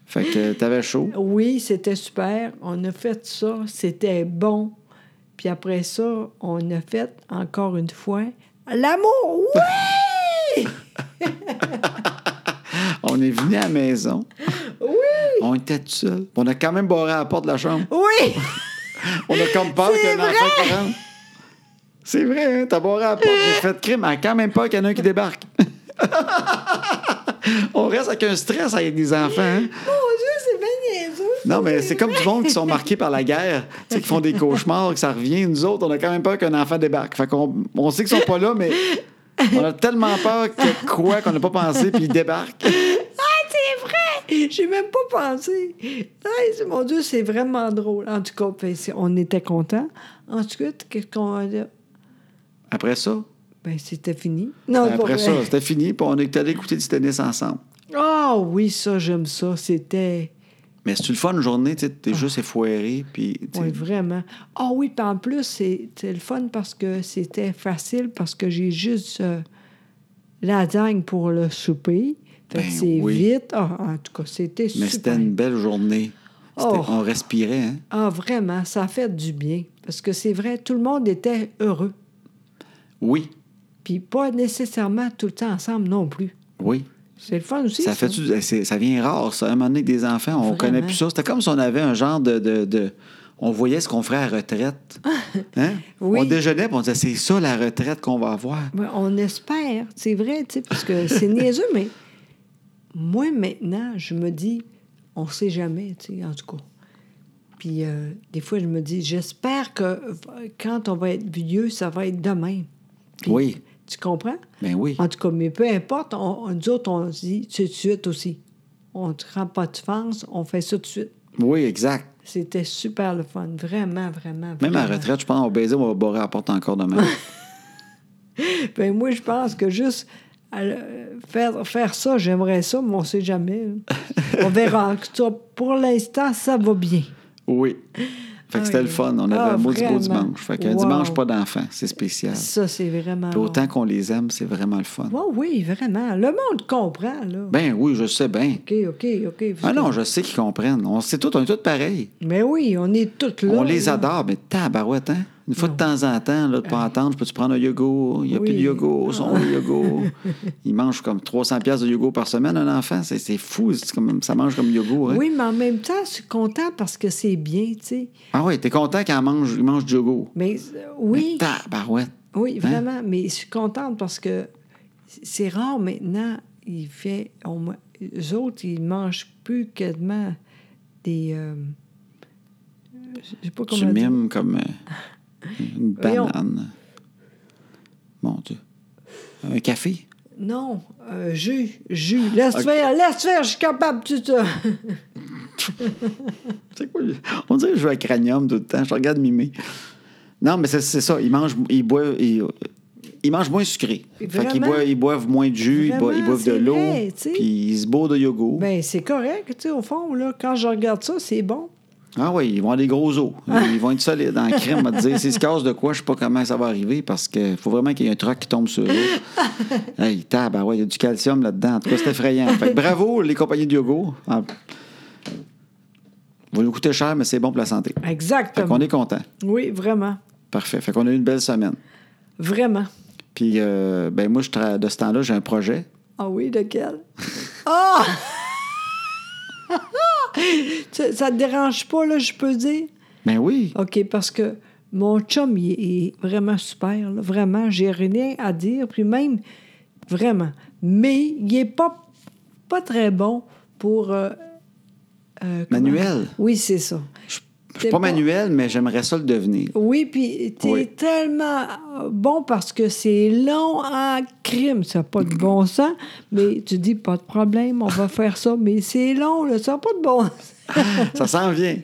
Speaker 2: fait que euh, t'avais chaud.
Speaker 3: Oui, c'était super. On a fait ça, c'était bon. Puis après ça, on a fait encore une fois l'amour.
Speaker 2: *laughs*
Speaker 3: Oui!
Speaker 2: On est venu à la maison.
Speaker 3: oui!
Speaker 2: On était tout seul. On a quand même barré à la porte de la chambre.
Speaker 3: Oui!
Speaker 2: On a comme peur qu'il y ait un
Speaker 3: C'est
Speaker 2: enfant qui rentre. C'est vrai, hein? T'as barré à la porte. J'ai fait crime. Elle a quand même peur qu'il y en ait un qui débarque. *laughs* On reste avec un stress avec des enfants. hein?
Speaker 3: Mon Dieu, c'est bien niaiseux.
Speaker 2: Non, mais c'est comme du monde qui sont marqués par la guerre, tu sais, qui font des cauchemars, que ça revient. Nous autres, on a quand même peur qu'un enfant débarque. Fait qu'on on sait qu'ils sont pas là, mais on a tellement peur que quoi qu'on n'a pas pensé, puis ils débarquent.
Speaker 3: Ah, c'est vrai! J'ai même pas pensé. Hey, c'est- mon Dieu, c'est vraiment drôle. En tout cas, ben, c'est- on était contents. Ensuite, qu'est-ce qu'on a dit?
Speaker 2: Après ça,
Speaker 3: Ben, c'était fini. Non, pas
Speaker 2: Ben, après
Speaker 3: Ah, vrai.
Speaker 2: ça, c'était fini, puis on est allé écouter du tennis ensemble.
Speaker 3: Ah oui, ça, j'aime ça. C'était.
Speaker 2: Mais c'est une fun journée, tu sais, t'es juste effoiré, puis tu sais,
Speaker 3: Ah. Oui, vraiment. Ah oui, puis en plus, c'est c'est le fun parce que c'était facile, parce que j'ai juste euh, la dingue pour le souper. Fait que
Speaker 2: Ben
Speaker 3: c'est
Speaker 2: oui.
Speaker 3: vite. Ah, en tout cas, c'était
Speaker 2: mais c'était
Speaker 3: super.
Speaker 2: une belle journée. C'était-
Speaker 3: Oh.
Speaker 2: On respirait, hein?
Speaker 3: Ah, vraiment, ça a fait du bien. Parce que c'est vrai, tout le monde était heureux.
Speaker 2: Oui,
Speaker 3: Puis pas nécessairement tout le temps ensemble non plus.
Speaker 2: oui.
Speaker 3: C'est le fun aussi.
Speaker 2: Ça, fait du- c'est- ça vient rare, ça. À un moment donné, avec des enfants, on
Speaker 3: hein. Vraiment.
Speaker 2: connaît plus ça. C'était comme si on avait un genre de. de- de- on voyait ce qu'on ferait à
Speaker 3: *laughs*
Speaker 2: la retraite. Hein?
Speaker 3: Oui.
Speaker 2: On déjeunait puis on disait c'est ça la retraite qu'on va avoir.
Speaker 3: Ouais, on espère, c'est vrai, tu sais, parce
Speaker 2: *laughs*
Speaker 3: que c'est niaiseux, mais moi, maintenant, je me dis, on sait jamais, tu sais, en tout cas. Puis euh, des fois, je me dis, j'espère que euh, quand on va être vieux, ça va être demain.
Speaker 2: Oui.
Speaker 3: Tu comprends?
Speaker 2: Ben oui.
Speaker 3: En tout cas, mais peu importe, on, on- nous autres, on se dit tout de suite aussi. On ne prend pas de fence, on fait ça tout de suite.
Speaker 2: Oui, exact.
Speaker 3: C'était super le fun, vraiment, vraiment.
Speaker 2: Même à la
Speaker 3: vraiment.
Speaker 2: retraite, je pense qu'on va baiser, on va barrer à la porte
Speaker 3: *laughs*
Speaker 2: encore demain.
Speaker 3: Ben moi, je pense que juste à le- faire, faire ça, j'aimerais ça, mais on sait jamais. hein. on verra. En tout cas, Pour l'instant, ça va bien.
Speaker 2: oui. Fait que
Speaker 3: Ah,
Speaker 2: c'était le
Speaker 3: oui.
Speaker 2: fun. On avait
Speaker 3: Ah,
Speaker 2: un maudit beau
Speaker 3: vraiment.
Speaker 2: dimanche. Fait qu'un
Speaker 3: Wow.
Speaker 2: dimanche, pas d'enfants. C'est spécial.
Speaker 3: Ça, c'est vraiment...
Speaker 2: Puis autant qu'on les aime, c'est vraiment le fun.
Speaker 3: Oui, oui, vraiment. Le monde comprend, là.
Speaker 2: Ben oui, je sais bien.
Speaker 3: OK, OK, OK.
Speaker 2: Ah non, je sais qu'ils comprennent. On sait tous, on est tous pareils.
Speaker 3: Mais oui, on est toutes là.
Speaker 2: On les
Speaker 3: là.
Speaker 2: adore, mais tabarouette, hein? Une fois de temps en temps, là, de pas entendre, peux-tu prendre un yogourt? Il n'y a plus de
Speaker 3: Oui. Ah.
Speaker 2: yogourt, son
Speaker 3: *laughs*
Speaker 2: yogourt. Il mange comme 300 pièces de yogourt par semaine, un enfant. C'est, c'est fou, c'est comme, ça mange comme yogourt. hein.
Speaker 3: Oui, mais en même temps, je suis content parce que c'est bien, tu sais.
Speaker 2: Ah oui, t'es content quand il mange, il mange du yogourt.
Speaker 3: Mais euh, oui,
Speaker 2: Tabarouette.
Speaker 3: oui, vraiment. Mais je suis contente parce que c'est rare maintenant. Il fait... On, ma- eux autres, ils mangent plus quasiment des... euh, je sais pas
Speaker 2: Tu
Speaker 3: comment dire.
Speaker 2: mimes comme euh, une
Speaker 3: *laughs* Voyons.
Speaker 2: banane. Mon Dieu. Un café?
Speaker 3: Non, euh, jus, jus. Laisse faire, laisse faire, je suis capable, tu te...
Speaker 2: C'est quoi? On dirait que je joue à cranium tout le temps. Je te regarde mimer. Non, mais c'est c'est ça. Ils mangent, ils boivent, ils, ils mangent moins sucré. fait qu'ils
Speaker 3: Vraiment.
Speaker 2: boivent, ils boivent moins de jus, ils boivent, ils
Speaker 3: Vraiment,
Speaker 2: boivent de
Speaker 3: c'est
Speaker 2: l'eau,
Speaker 3: vrai, tu sais.
Speaker 2: puis ils se bourrent de yogourt.
Speaker 3: Ben, c'est correct, tu sais, au fond, là. Quand je regarde ça, c'est bon.
Speaker 2: Ah oui, ils vont avoir des gros os. Ils vont être solides en crème. à te dire, s'ils se cassent de quoi, je sais pas comment ça va arriver parce qu'il faut vraiment qu'il y ait un truc qui tombe sur eux. hey, tab, ah ouais, il y a du calcium là-dedans. En tout cas, c'est effrayant. Fait que bravo, les compagnies de yogourt. Ah. Vous nous coûtez cher, mais c'est bon pour la santé. Fait
Speaker 3: Exactement.
Speaker 2: qu'on est content.
Speaker 3: Oui, vraiment.
Speaker 2: Parfait. Fait qu'on a eu une belle semaine.
Speaker 3: Vraiment.
Speaker 2: Puis, euh, ben moi, je tra- de ce temps-là, j'ai un projet.
Speaker 3: Ah oui, lequel? Ah! ça, ça te dérange pas, là, je peux dire?
Speaker 2: Ben oui.
Speaker 3: OK, parce que mon chum, il est vraiment super. là. Vraiment, j'ai rien à dire. Puis même, vraiment. Mais il est pas, pas très bon pour... euh, euh, comment-
Speaker 2: Manuel.
Speaker 3: Oui, c'est ça.
Speaker 2: Je suis pas manuel, mais j'aimerais ça le devenir.
Speaker 3: Oui, puis t'es
Speaker 2: Oui.
Speaker 3: tellement euh, bon parce que c'est long en crime. Ça n'a pas de
Speaker 2: *laughs*
Speaker 3: bon sens, mais tu dis pas de problème, on va faire ça, mais c'est long, là, ça n'a pas de bon *laughs* sens.
Speaker 2: Ça s'en vient.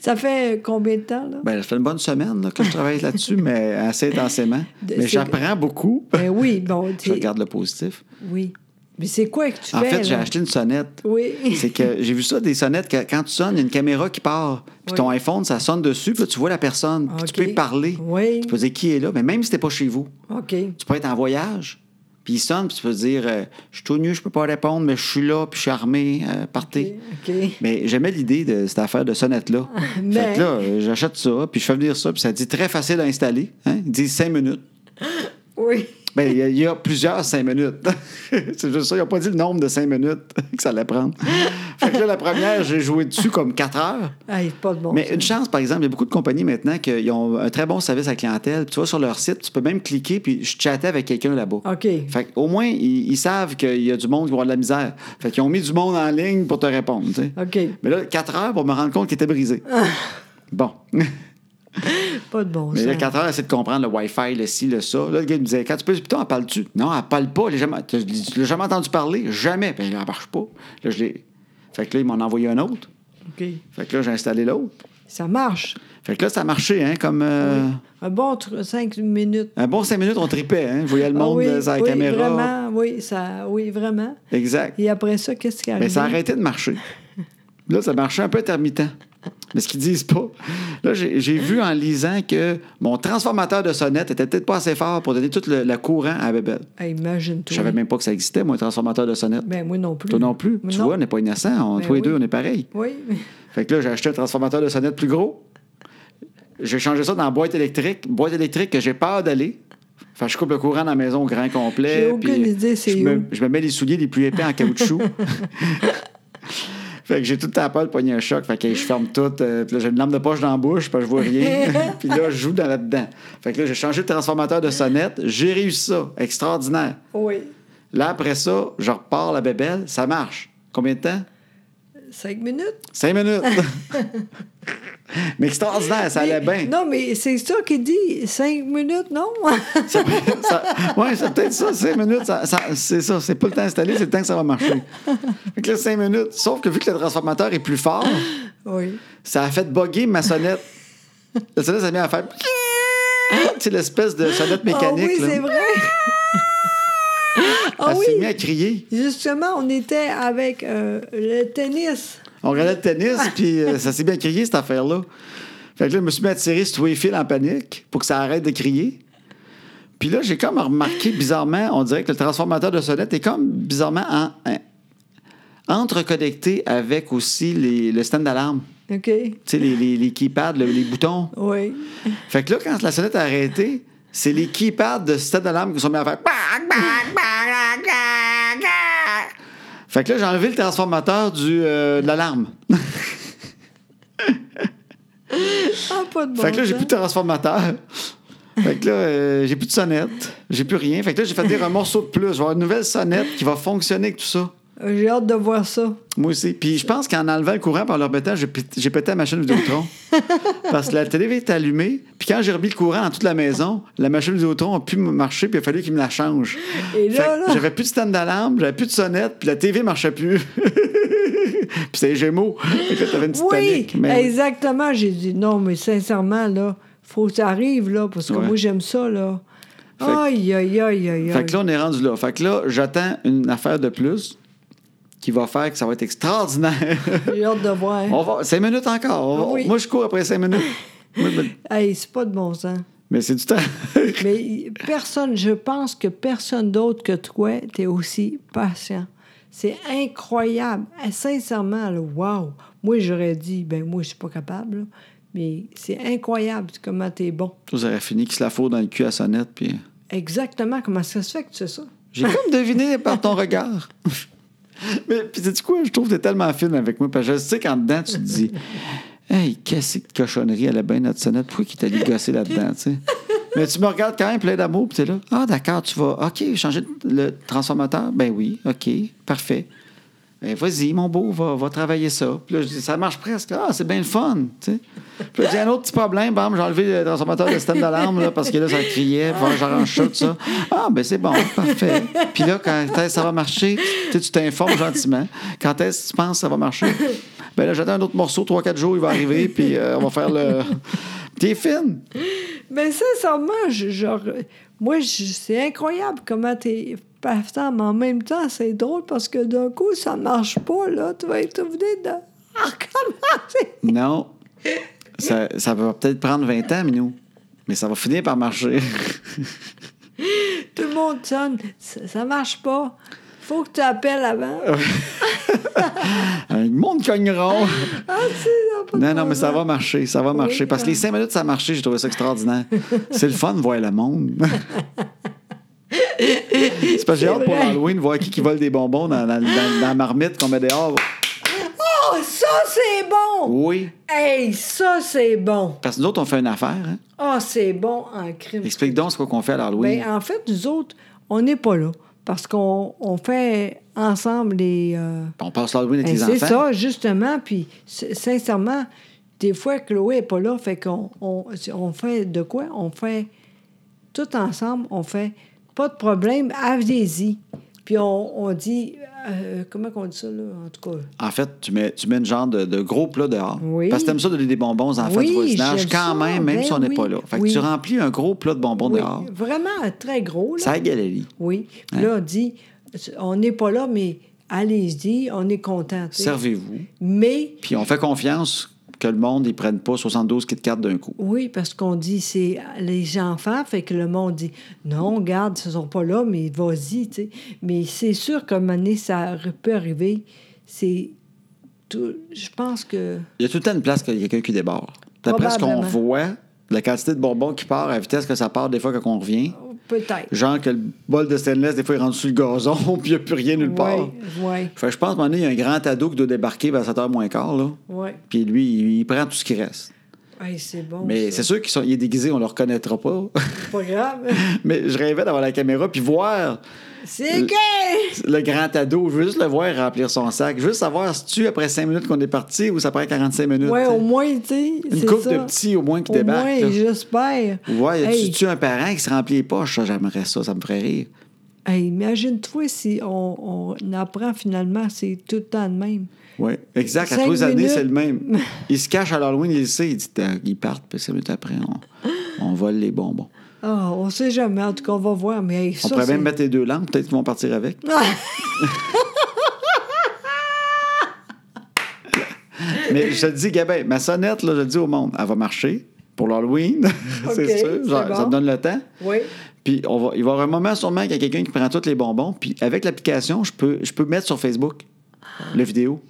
Speaker 3: Ça fait euh, combien de temps, là?
Speaker 2: Ben, ça fait une bonne semaine là, que je
Speaker 3: *laughs*
Speaker 2: travaille là-dessus, mais assez intensément.
Speaker 3: De-
Speaker 2: Mais
Speaker 3: c'est-
Speaker 2: j'apprends beaucoup.
Speaker 3: Ben oui, bon,
Speaker 2: Je
Speaker 3: t'es-
Speaker 2: regarde le positif.
Speaker 3: Oui. Mais c'est quoi que tu
Speaker 2: En
Speaker 3: fais?
Speaker 2: fait, j'ai
Speaker 3: là?
Speaker 2: acheté une sonnette.
Speaker 3: Oui.
Speaker 2: C'est que j'ai vu ça, des sonnettes, que quand tu sonnes, il y a une caméra qui part, puis
Speaker 3: Oui.
Speaker 2: ton iPhone, ça sonne dessus, puis là, tu vois la personne, puis tu peux
Speaker 3: OK.
Speaker 2: y parler.
Speaker 3: Oui.
Speaker 2: Tu peux dire qui est là, mais même si t'es pas chez vous,
Speaker 3: OK.
Speaker 2: tu peux être en voyage, puis il sonne, puis tu peux dire euh, Je suis tout nu, je peux pas répondre, mais je suis là, puis je suis armé, euh, partez.
Speaker 3: OK.
Speaker 2: Mais j'aimais l'idée de cette affaire de sonnette-là.
Speaker 3: Ah, Mais-
Speaker 2: Fait que là, euh, j'achète ça, puis je fais venir ça, puis ça dit très facile à installer. Hein? Il dit 5 minutes.
Speaker 3: Oui.
Speaker 2: Ben, il y a- il y, a plusieurs cinq minutes. *laughs* c'est juste ça. Ils n'ont pas dit le nombre de cinq minutes *laughs* que ça allait prendre. Fait que là, la première, j'ai joué dessus comme quatre heures.
Speaker 3: Ah, il est pas de bon
Speaker 2: Mais
Speaker 3: sens.
Speaker 2: une chance, par exemple, il y a beaucoup de compagnies maintenant qui ont un très bon service à la clientèle. Puis Tu vas sur leur site, tu peux même cliquer, puis je chattais avec quelqu'un là-bas.
Speaker 3: OK.
Speaker 2: Fait qu'au moins, ils, ils savent qu'il y a du monde qui va avoir de la misère. Fait qu'ils ont mis du monde en ligne pour te répondre. tu sais.
Speaker 3: OK.
Speaker 2: Mais là, quatre heures pour me rendre compte qu'il était brisé.
Speaker 3: Ah.
Speaker 2: Bon.
Speaker 3: Pas de bon
Speaker 2: Mais
Speaker 3: sens.
Speaker 2: là, 4 heures, c'est de comprendre le Wi-Fi, le ci, le ça. Là, le gars il me disait, quand tu peux, putain, elle parle-tu? Non, elle parle pas. Elle est jamais- Tu tu l'as jamais entendu parler? Jamais. Ben, elle marche pas. Là, je l'ai. Fait que là, ils m'en ont envoyé un autre.
Speaker 3: OK.
Speaker 2: Fait que là, j'ai installé l'autre.
Speaker 3: Ça marche.
Speaker 2: Fait que là, ça a marché, hein, comme. euh,
Speaker 3: Un bon 5 minutes.
Speaker 2: Un bon cinq minutes, on tripait, hein. Je voyais le
Speaker 3: Ah
Speaker 2: monde
Speaker 3: oui,
Speaker 2: euh, sur la
Speaker 3: oui,
Speaker 2: caméra.
Speaker 3: Vraiment, oui, ça, oui, vraiment.
Speaker 2: Exact.
Speaker 3: Et après ça, qu'est-ce qui arrive?
Speaker 2: Mais Ben, ça a arrêté de marcher. Là, ça marchait un peu intermittent. Mais ce qu'ils disent pas. Là, j'ai j'ai vu en lisant que mon transformateur de sonnette était peut-être pas assez fort pour donner tout le, le courant à Bébel. Je
Speaker 3: Imagine-toi.
Speaker 2: savais même pas que ça existait, moi, un transformateur de sonnette.
Speaker 3: Ben, moi non plus.
Speaker 2: Toi non plus.
Speaker 3: Mais
Speaker 2: tu
Speaker 3: non.
Speaker 2: vois, on n'est pas innocents. On,
Speaker 3: Ben
Speaker 2: toi et
Speaker 3: oui.
Speaker 2: deux, on est pareil.
Speaker 3: Oui.
Speaker 2: Fait que là, j'ai acheté un transformateur de sonnette plus gros. J'ai changé ça dans la boîte électrique. Boîte électrique que j'ai peur d'aller. Fait que je coupe le courant dans la maison au grand complet.
Speaker 3: J'ai aucune
Speaker 2: puis euh,
Speaker 3: idée c'est
Speaker 2: je
Speaker 3: où.
Speaker 2: Me, je me mets les souliers les plus épais
Speaker 3: *laughs*
Speaker 2: en caoutchouc. *laughs* fait que j'ai tout le temps peur de pogner un choc. Fait que je ferme tout. euh, puis là, j'ai une lampe de poche dans la bouche. Puis je vois rien.
Speaker 3: *laughs*
Speaker 2: puis là, je joue dans là-dedans. Fait que là, j'ai changé le transformateur de sonnette. J'ai réussi ça. Extraordinaire.
Speaker 3: Oui.
Speaker 2: Là, après ça, je repars la bébelle, ça marche. Combien de temps?
Speaker 3: Cinq minutes.
Speaker 2: Cinq
Speaker 3: *laughs*
Speaker 2: minutes. Mais extraordinaire, ça allait
Speaker 3: Mais-
Speaker 2: bien.
Speaker 3: Non, mais c'est ça qu'il dit. Cinq minutes,
Speaker 2: *laughs*
Speaker 3: non?
Speaker 2: Oui, c'est peut-être ça, cinq minutes. ça- ça- c'est ça, c'est pas le temps installé, c'est le temps que ça va marcher. Fait que là, cinq minutes. Sauf que vu que le transformateur est plus fort,
Speaker 3: oui.
Speaker 2: ça a fait bugger ma sonnette. La sonnette, ça a mis à faire. C'est l'espèce de sonnette mécanique.
Speaker 3: ah oui,
Speaker 2: là.
Speaker 3: c'est
Speaker 2: *laughs*
Speaker 3: vrai. ah
Speaker 2: Elle s'est
Speaker 3: oui.
Speaker 2: mise à crier.
Speaker 3: Justement, on était avec euh, le tennis.
Speaker 2: On regardait le tennis, puis euh, ça s'est bien crié, cette affaire-là. Fait que là, je me suis mis à tirer sur tous les fils en panique pour que ça arrête de crier. Puis là, j'ai comme remarqué, bizarrement, on dirait que le transformateur de sonnette est comme bizarrement en, en- entreconnecté avec aussi les- le stand d'alarme.
Speaker 3: OK.
Speaker 2: Tu sais, les, les, les keypads, le- les boutons.
Speaker 3: Oui.
Speaker 2: Fait que là, quand la sonnette a arrêté, c'est les keypads de ce système d'alarme qui sont mis à faire. Fait que là, j'ai enlevé le transformateur du, euh, de l'alarme.
Speaker 3: Ah, pas de bon
Speaker 2: fait que là, j'ai
Speaker 3: sens.
Speaker 2: plus de transformateur. Fait que là, euh, j'ai plus de sonnette. J'ai plus rien. Fait que là, j'ai
Speaker 3: *laughs*
Speaker 2: fait dire un morceau de plus. Je vais avoir une nouvelle sonnette qui va fonctionner avec tout ça.
Speaker 3: Euh, J'ai hâte de voir ça.
Speaker 2: Moi aussi. Puis je pense qu'en enlevant le courant par leur mettant, j'ai pét- j'ai pété la machine
Speaker 3: *laughs*
Speaker 2: Vidéotron. Parce que la télé est allumée. Puis quand j'ai remis le courant dans toute la maison, la machine Vidéotron a pu m- marcher, puis il a fallu qu'ils me la changent.
Speaker 3: Et
Speaker 2: Fait
Speaker 3: là,
Speaker 2: que
Speaker 3: là.
Speaker 2: J'avais plus de stand d'alarme, j'avais plus de sonnette, puis la TV marchait plus. *laughs* puis c'est les Gémeaux. Fait que là, t'avais une petite
Speaker 3: Oui,
Speaker 2: panique. Mais oui.
Speaker 3: exactement. J'ai dit non, mais sincèrement, là, Faut que ça arrive, là, parce que
Speaker 2: Ouais.
Speaker 3: moi, j'aime ça, là.
Speaker 2: Fait-
Speaker 3: Aïe, aïe, aïe, aïe,
Speaker 2: Fait
Speaker 3: aïe.
Speaker 2: que là, on est rendu là. Fait que là, j'attends une affaire de plus qui va faire que ça va être extraordinaire.
Speaker 3: J'ai hâte de voir.
Speaker 2: on va... Cinq minutes encore. On va-
Speaker 3: Oui.
Speaker 2: Moi, je cours après cinq minutes. Moi, je me-
Speaker 3: Hey, c'est pas de bon sens.
Speaker 2: Mais c'est du temps.
Speaker 3: Mais personne, je pense que personne d'autre que toi, t'es aussi patient. C'est incroyable. Eh, Sincèrement, là, wow. Moi, j'aurais dit, ben moi, je suis pas capable, là. mais c'est incroyable comment t'es bon.
Speaker 2: Vous aurez fini qu'il se la faut dans le cul à sonnette. Puis...
Speaker 3: Exactement comment ça se fait que tu sais ça.
Speaker 2: J'ai comme deviné par ton regard. Mais puis sais-tu quoi? Je trouve que t'es tellement fine avec moi. Parce que je sais qu'en dedans, tu te dis Hey, qu'est-ce que de cochonnerie, elle a bien notre sonnette. Pourquoi qu'il t'a dit gosser là-dedans? tu sais? Mais tu me regardes quand même plein d'amour, puis t'es là. Ah, d'accord, tu vas. OK, changer de- le transformateur? Ben oui, OK, parfait. Ben vas-y, mon beau, va, va travailler ça. Puis là, je dis, ça marche presque. Ah, c'est bien le fun, tu sais. Puis là, j'ai un autre petit problème. Bam, j'ai enlevé le transformateur de système d'alarme, là, parce que là, ça criait. Faut que j'arrange ça, tout ça. Ah, ben c'est bon, parfait. Puis là, quand est-ce que ça va marcher, tu sais, tu t'informes gentiment. Quand est-ce que tu penses que ça va marcher? Ben là, j'attends un autre morceau, 3-4 jours, il va arriver, puis euh, on va faire le... *laughs* T'es fine.
Speaker 3: Mais sincèrement, je, genre, moi, je- c'est incroyable comment t'es patient, mais en même temps, c'est drôle parce que d'un coup, ça marche pas, là. Tu vas être obligé de recommencer.
Speaker 2: Non. Ça, ça va peut-être prendre 20 ans, Minou. Mais ça va finir par marcher. *laughs*
Speaker 3: Tout le monde sonne. Ça, ça marche pas. Faut que tu appelles avant.
Speaker 2: Euh, Le monde cogneron.
Speaker 3: Ah, tu sais, ça a pas de hein.
Speaker 2: Non, non,
Speaker 3: bon
Speaker 2: mais ça
Speaker 3: sens.
Speaker 2: va marcher, ça va marcher. Parce que les cinq minutes, ça a marché, j'ai trouvé
Speaker 3: *laughs*
Speaker 2: ça extraordinaire. C'est le fun de voir le monde. C'est parce que j'ai hâte pour
Speaker 3: vrai.
Speaker 2: Halloween de voir qui, qui vole des bonbons dans, dans- dans- dans la marmite qu'on met dehors.
Speaker 3: Oh, ça, c'est bon!
Speaker 2: Oui.
Speaker 3: Hey, ça, c'est bon!
Speaker 2: Parce que nous autres, on fait une affaire. hein.
Speaker 3: Ah, c'est bon en crime.
Speaker 2: Explique donc ce qu'on fait à l'Halloween.
Speaker 3: Ben, en fait, nous autres, on n'est pas là parce qu'on on fait ensemble les. euh,
Speaker 2: on passe l'Halloween avec
Speaker 3: Ben,
Speaker 2: les enfants.
Speaker 3: C'est ça, justement. Puis, s- sincèrement, des fois, Chloé n'est pas là, fait qu'on on, on fait de quoi? On fait tout ensemble, on fait pas de problème, allez-y. Puis on, on dit, euh, comment qu'on dit ça, là, en tout cas?
Speaker 2: En fait, tu mets, tu mets une genre de, de gros plat dehors.
Speaker 3: Oui.
Speaker 2: Parce que t'aimes ça donner des bonbons aux enfants
Speaker 3: Oui,
Speaker 2: du voisinage
Speaker 3: j'aime
Speaker 2: quand
Speaker 3: ça,
Speaker 2: même, même
Speaker 3: ben
Speaker 2: si on n'est pas
Speaker 3: oui,
Speaker 2: là. Fait que
Speaker 3: oui.
Speaker 2: tu remplis un gros plat de bonbons
Speaker 3: Oui,
Speaker 2: dehors.
Speaker 3: vraiment très gros, là.
Speaker 2: Ça Hein? galerie.
Speaker 3: Oui. Puis là, on dit, on n'est pas là, mais allez-y, on est content. tu sais.
Speaker 2: Servez-vous.
Speaker 3: Mais
Speaker 2: Puis on fait confiance que le monde, ils prennent pas 72 kits cartes d'un coup.
Speaker 3: Oui, parce qu'on dit c'est les enfants, fait que le monde dit non, garde, ce sont pas là, mais vas-y, tu sais. Mais c'est sûr qu'à un moment donné, ça peut arriver. C'est tout. Je pense que.
Speaker 2: Il y a tout le temps une place qu'il y a quelqu'un qui déborde. D'après ce qu'on
Speaker 3: Probablement.
Speaker 2: voit, la quantité de bonbons qui part à la vitesse que ça part des fois quand on revient,
Speaker 3: Peut-être.
Speaker 2: genre que le bol de stainless, des fois, il rentre sur le gazon, *laughs* puis il n'y a plus rien nulle part.
Speaker 3: Oui, oui,
Speaker 2: Fait que je pense, à un moment donné, il y a un grand ado qui doit débarquer vers 7h moins quart, là.
Speaker 3: oui.
Speaker 2: Puis lui, il, il prend tout ce qui reste.
Speaker 3: Hey, c'est bon.
Speaker 2: Mais
Speaker 3: ça.
Speaker 2: c'est sûr qu'il sont- il est déguisé, on le reconnaîtra pas. *laughs*
Speaker 3: pas grave.
Speaker 2: Mais je rêvais d'avoir la caméra puis voir
Speaker 3: c'est gay!
Speaker 2: le grand ado. Je veux juste le voir remplir son sac. Je veux juste savoir si tu après 5 minutes qu'on est parti ou ça prend 45 minutes.
Speaker 3: Oui,
Speaker 2: tu sais.
Speaker 3: au moins, tu sais.
Speaker 2: Une
Speaker 3: c'est
Speaker 2: couple
Speaker 3: ça.
Speaker 2: de petits au moins qui
Speaker 3: Au
Speaker 2: débarquent.
Speaker 3: moins,
Speaker 2: là.
Speaker 3: j'espère.
Speaker 2: Ouais, y a-tu
Speaker 3: Hey.
Speaker 2: tu un parent qui se remplit les poches? Ça, j'aimerais ça, ça me ferait rire.
Speaker 3: Hey, Imagine-toi si on, on apprend finalement, c'est tout le temps le même.
Speaker 2: Oui, exact. À
Speaker 3: Cinq
Speaker 2: tous les années,
Speaker 3: minutes. *laughs*
Speaker 2: c'est le même. Il se cache à l'Halloween, il le sait. Il dit, euh, ils partent, puis cinq minutes après, on, on vole les bonbons.
Speaker 3: Ah, on sait jamais. En tout cas, on va voir. Mais hey,
Speaker 2: On
Speaker 3: ça,
Speaker 2: pourrait
Speaker 3: c'est-
Speaker 2: même mettre les deux lampes, peut-être qu'ils vont partir avec.
Speaker 3: *laughs*
Speaker 2: Mais je te dis, Gabin, ma sonnette, là, je le dis au monde, elle va marcher pour l'Halloween, *laughs* c'est
Speaker 3: Ok,
Speaker 2: sûr.
Speaker 3: c'est
Speaker 2: Genre,
Speaker 3: bon.
Speaker 2: Ça me donne le temps.
Speaker 3: Oui.
Speaker 2: Puis on va, il va y avoir un moment sûrement qu'il y a quelqu'un qui prend tous les bonbons. Puis avec l'application, je peux, je peux mettre sur Facebook le vidéo.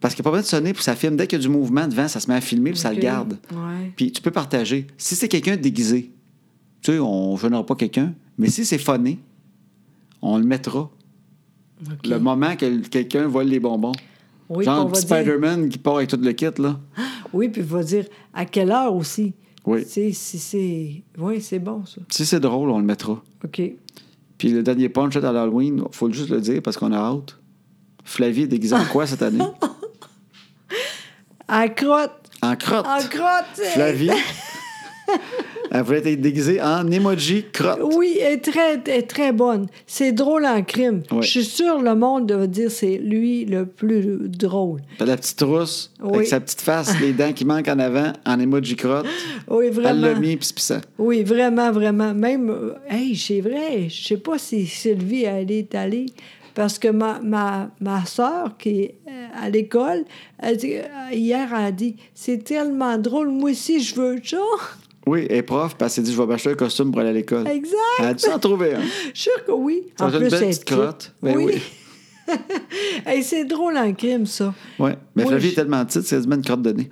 Speaker 2: Parce qu'il n'y a pas besoin de sonner pour que ça filme. Dès qu'il y a du mouvement devant, ça se met à filmer puis ça le
Speaker 3: Ok.
Speaker 2: garde.
Speaker 3: Ouais.
Speaker 2: Puis tu peux partager. Si c'est quelqu'un de déguisé, tu sais, on ne gênera pas quelqu'un. Mais si c'est phoné, on le mettra.
Speaker 3: OK.
Speaker 2: Le moment que l- quelqu'un vole les bonbons.
Speaker 3: Oui, puis
Speaker 2: Genre
Speaker 3: on
Speaker 2: le petit
Speaker 3: va dire-
Speaker 2: Spider-Man qui part avec tout le kit, là.
Speaker 3: Oui, puis il va dire à quelle heure aussi.
Speaker 2: Oui.
Speaker 3: Tu sais, si c'est. Oui, c'est bon, ça.
Speaker 2: Si c'est drôle, on le mettra.
Speaker 3: OK.
Speaker 2: Puis le dernier punch à l'Halloween, faut juste le dire parce qu'on a hâte. Flavie est déguisée en quoi cette année?
Speaker 3: À crotte.
Speaker 2: En crotte.
Speaker 3: En crotte. tu sais.
Speaker 2: Flavie, Elle voulait être déguisée en emoji crotte.
Speaker 3: Oui, elle est très, elle est très bonne. C'est drôle en crime.
Speaker 2: Oui.
Speaker 3: Je suis sûre le monde va dire c'est lui le plus drôle.
Speaker 2: Puis La petite rousse,
Speaker 3: Oui.
Speaker 2: avec sa petite face, les dents qui manquent en avant, en emoji crotte.
Speaker 3: Oui,
Speaker 2: Elle
Speaker 3: vraiment.
Speaker 2: l'a mis, pis pissant.
Speaker 3: Oui, vraiment, vraiment. Même, euh, hey, c'est vrai, je sais pas si Sylvie, elle est allée, parce que ma, ma, ma soeur qui est euh, à l'école, elle dit- euh, hier, elle a dit, c'est tellement drôle, moi aussi, je veux ça. *laughs*
Speaker 2: Oui, et prof, parce qu'elle s'est dit, je vais m'acheter un costume pour aller à l'école.
Speaker 3: Exact.
Speaker 2: Elle a dû s'en trouver un.
Speaker 3: Je suis sûre que oui.
Speaker 2: Ça fait une belle
Speaker 3: elle est petite.
Speaker 2: petite crotte. Ben oui.
Speaker 3: *laughs* Hey, c'est drôle en crime, ça.
Speaker 2: Oui. Mais
Speaker 3: Oui,
Speaker 2: Flavie
Speaker 3: je-
Speaker 2: est tellement petite, c'est quasiment une crotte de nez.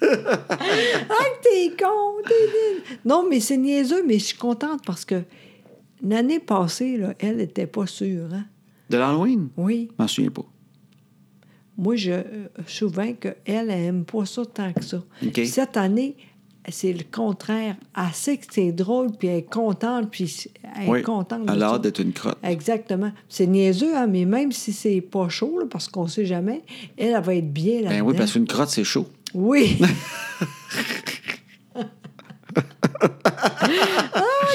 Speaker 3: Ah, que t'es con! t'es nul. Non, mais c'est niaiseux, mais je suis contente parce que l'année passée, là, elle n'était pas sûre. hein.
Speaker 2: De l'Halloween?
Speaker 3: Oui.
Speaker 2: Je m'en souviens pas.
Speaker 3: Moi, je euh, souvent qu'elle, elle n'aime pas ça tant que ça.
Speaker 2: OK.
Speaker 3: Cette année, c'est le contraire. Elle sait que c'est drôle, puis elle est contente, puis elle est
Speaker 2: oui.
Speaker 3: contente. de
Speaker 2: Elle a
Speaker 3: ça.
Speaker 2: hâte d'être une crotte.
Speaker 3: Exactement. C'est niaiseux, hein, mais même si c'est pas chaud, là, parce qu'on sait jamais, elle, elle va être bien là-dedans.
Speaker 2: Ben oui, parce qu'une crotte, c'est chaud. *laughs*
Speaker 3: Oui. ah,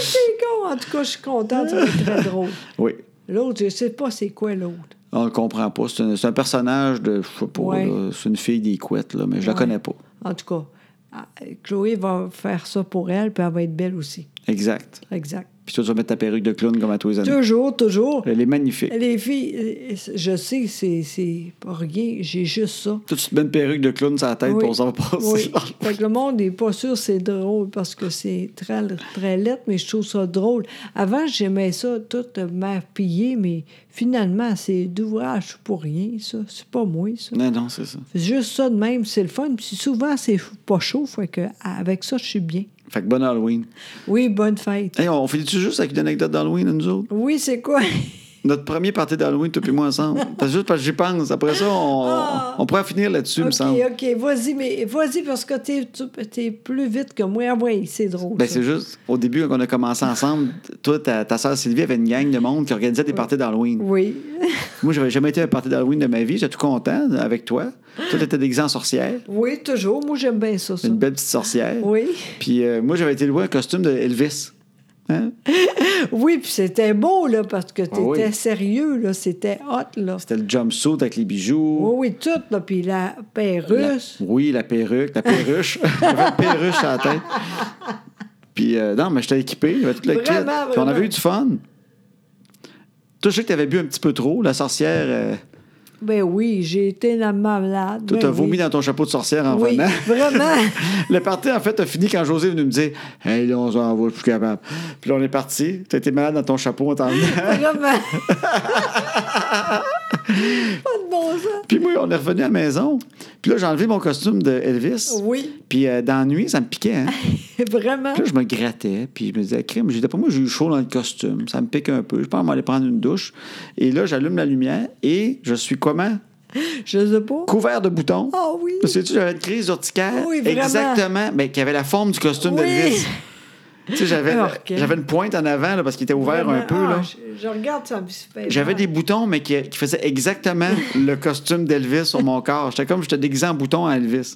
Speaker 3: c'est con. En tout cas, je suis contente. Ça va être très drôle.
Speaker 2: Oui.
Speaker 3: L'autre, je sais pas c'est quoi l'autre.
Speaker 2: On le comprend pas. C'est un, c'est un personnage de, je sais pas,
Speaker 3: Ouais.
Speaker 2: là, c'est une fille des couettes, là, mais je la
Speaker 3: Ouais.
Speaker 2: connais pas.
Speaker 3: En tout cas, ah, Chloé va faire ça pour elle, puis elle va être belle aussi.
Speaker 2: Exact.
Speaker 3: Exact.
Speaker 2: Puis toi, tu vas mettre ta perruque de clown comme à tous les années.
Speaker 3: Toujours, toujours.
Speaker 2: Elle est magnifique.
Speaker 3: Les filles, euh, je sais, c'est- c'est pas rien. J'ai juste ça.
Speaker 2: Toi, tu te mets une perruque de clown sur la tête,
Speaker 3: Oui.
Speaker 2: puis on s'en va passer.
Speaker 3: Oui. fait que le monde n'est pas sûr, c'est drôle parce que c'est très, très lettre, mais je trouve ça drôle. Avant, j'aimais ça tout euh, m'arpiller, mais finalement, c'est d'ouvrage pour rien, ça. C'est pas moi, ça.
Speaker 2: Non, non, c'est ça.
Speaker 3: Juste ça de même, c'est le fun. Puis souvent, c'est f- pas chaud, fait que avec ça, je suis bien.
Speaker 2: Fait que bon Halloween.
Speaker 3: Oui, bonne fête.
Speaker 2: Hey, on finit-tu juste avec une anecdote d'Halloween, nous autres?
Speaker 3: Oui, c'est quoi?
Speaker 2: Notre premier party d'Halloween, toi et
Speaker 3: *laughs*
Speaker 2: moi ensemble. Parce juste parce que j'y pense. Après ça, on,
Speaker 3: Ah.
Speaker 2: on pourrait finir là-dessus, me
Speaker 3: OK,
Speaker 2: semble.
Speaker 3: OK, vas-y, mais vas-y parce que t'es, tu- t'es plus vite que moi. Ah ouais, c'est drôle.
Speaker 2: Ben,
Speaker 3: ça.
Speaker 2: c'est juste, au début, quand on a commencé ensemble, toi, ta, ta soeur Sylvie avait une gang de monde qui organisait des parties d'Halloween.
Speaker 3: Oui. *laughs*
Speaker 2: Moi, j'avais jamais été à un party d'Halloween de ma vie. J'étais tout content avec toi. Toi, t'étais déguisé en sorcière.
Speaker 3: oui, toujours. Moi, j'aime bien ça, ça.
Speaker 2: Une belle petite sorcière.
Speaker 3: Oui.
Speaker 2: Puis euh, moi, j'avais été loué un costume de Elvis. Hein?
Speaker 3: Oui, puis c'était beau, là, parce que t'étais
Speaker 2: Ah oui.
Speaker 3: sérieux, là, c'était hot, là.
Speaker 2: C'était le jumpsuit avec les
Speaker 3: Oui,
Speaker 2: bijoux.
Speaker 3: oui, tout, là, puis la perruche.
Speaker 2: Oui, la perruque,
Speaker 3: *laughs*
Speaker 2: la perruche. J'avais une perruche à la tête. Puis euh, non, mais j'étais équipé. J'avais toute la
Speaker 3: Vraiment,
Speaker 2: kit. Puis on
Speaker 3: vraiment.
Speaker 2: avait eu du fun. Toi, je sais que t'avais bu un petit peu trop. La sorcière, euh,
Speaker 3: Ben oui, j'ai été la malade.
Speaker 2: toi,
Speaker 3: ben
Speaker 2: t'as
Speaker 3: oui.
Speaker 2: vomi dans ton chapeau de sorcière en
Speaker 3: Oui,
Speaker 2: venant.
Speaker 3: *laughs* vraiment.
Speaker 2: Le party, en fait, a fini quand José est venu me dire Hey, là, on s'en va, je suis plus capable. Puis là, on est parti. T'as été malade dans ton chapeau, on
Speaker 3: *laughs*
Speaker 2: t'en *laughs*
Speaker 3: vraiment. Pas de bon sens.
Speaker 2: Puis moi, on est revenu à la maison. Puis là, j'ai enlevé mon costume de Elvis.
Speaker 3: Oui, *laughs*
Speaker 2: Puis euh, dans la nuit, ça me piquait. Hein?
Speaker 3: vraiment.
Speaker 2: Puis là, je me grattais. Puis je me disais, crime, j'ai d'après moi, j'ai eu chaud dans le costume. Ça me pique un peu. Je pense m'aller prendre une douche. Et là, j'allume la lumière et je suis comment?
Speaker 3: Je sais pas.
Speaker 2: Couvert de boutons.
Speaker 3: Ah oui.
Speaker 2: Parce que tu sais, j'avais une crise urticaire.
Speaker 3: Oui, vraiment.
Speaker 2: Exactement. Mais qui avait la forme du costume
Speaker 3: Oui.
Speaker 2: d'Elvis. Tu sais,
Speaker 3: *laughs*
Speaker 2: j'avais,
Speaker 3: Alors que-
Speaker 2: j'avais une pointe en avant là, parce qu'il était ouvert un
Speaker 3: Vraiment.
Speaker 2: peu.
Speaker 3: Ah,
Speaker 2: là.
Speaker 3: Je, je regarde ça me fait
Speaker 2: J'avais
Speaker 3: mal.
Speaker 2: des boutons, mais qui, qui faisaient exactement
Speaker 3: *laughs*
Speaker 2: le costume d'Elvis sur mon corps. J'étais comme, je te déguisais en bouton à Elvis.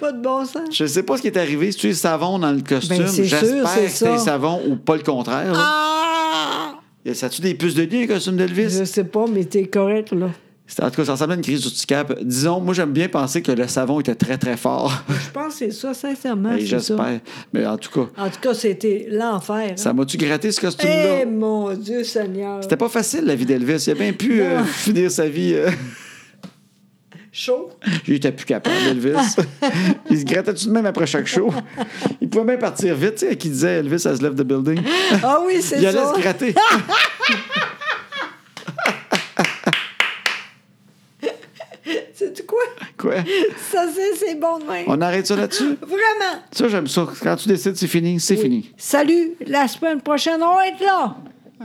Speaker 3: Pas de bon sens.
Speaker 2: Je sais pas ce qui est arrivé. Si tu es savon dans le costume,
Speaker 3: Ben, c'est sûr,
Speaker 2: j'espère
Speaker 3: c'est
Speaker 2: que
Speaker 3: ça.
Speaker 2: t'es savon ou pas le contraire. là.
Speaker 3: Ah!
Speaker 2: Et Ça tu des puces de nez, le costume d'Elvis?
Speaker 3: Je sais pas, mais t'es correct, là.
Speaker 2: C'est- En tout cas, ça ressemblait à une crise d'urticaire. Disons, moi, j'aime bien penser que le savon était très, très fort.
Speaker 3: Je pense que c'est ça, sincèrement. Ah,
Speaker 2: Et
Speaker 3: c'est ça.
Speaker 2: Ben, j'espère. Mais en tout cas,
Speaker 3: En tout cas, c'était l'enfer. hein.
Speaker 2: ça m'a-tu gratté, ce
Speaker 3: Eh
Speaker 2: costume-là?
Speaker 3: mon Dieu Seigneur!
Speaker 2: C'était pas facile, la vie d'Elvis. Il a bien pu euh,
Speaker 3: Non.
Speaker 2: finir sa vie... euh,
Speaker 3: chaud.
Speaker 2: Il était plus capable,
Speaker 3: *laughs*
Speaker 2: Elvis. il se grattait tout de même après chaque show. Il pouvait même partir vite, tu sais, qui disait Elvis has left the building.
Speaker 3: Ah oui, c'est
Speaker 2: Il
Speaker 3: ça.
Speaker 2: allait
Speaker 3: *laughs*
Speaker 2: se gratter.
Speaker 3: C'est quoi?
Speaker 2: Quoi?
Speaker 3: Ça, c'est, c'est bon de même.
Speaker 2: On arrête ça là-dessus?
Speaker 3: Vraiment.
Speaker 2: Ça, j'aime ça. Quand tu décides, c'est fini, c'est fini.
Speaker 3: Salut, la semaine prochaine, on va être là.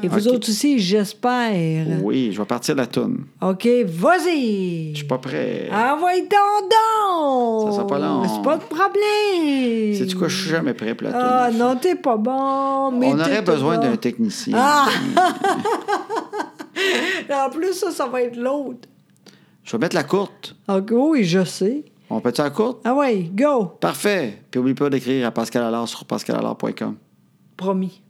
Speaker 3: Et vous
Speaker 2: ok.
Speaker 3: autres aussi, j'espère.
Speaker 2: Oui, je vais partir la toune.
Speaker 3: OK, vas-y.
Speaker 2: Je suis pas prêt.
Speaker 3: Envoie ton don.
Speaker 2: Ça sera pas long.
Speaker 3: C'est pas de problème.
Speaker 2: C'est du quoi? Je suis jamais prêt pour la toune.
Speaker 3: Ah non, t'es pas bon. Mais
Speaker 2: On
Speaker 3: t'es
Speaker 2: aurait
Speaker 3: pas
Speaker 2: besoin
Speaker 3: bon.
Speaker 2: d'un technicien.
Speaker 3: Ah! *laughs* en plus, ça, ça va être l'autre.
Speaker 2: Je vais mettre la courte.
Speaker 3: Ah, oui, je sais.
Speaker 2: On peut-tu à courte?
Speaker 3: Ah oui, go!
Speaker 2: Parfait. Puis oublie pas d'écrire à pascalalard sur pascalalard.com.
Speaker 3: Promis.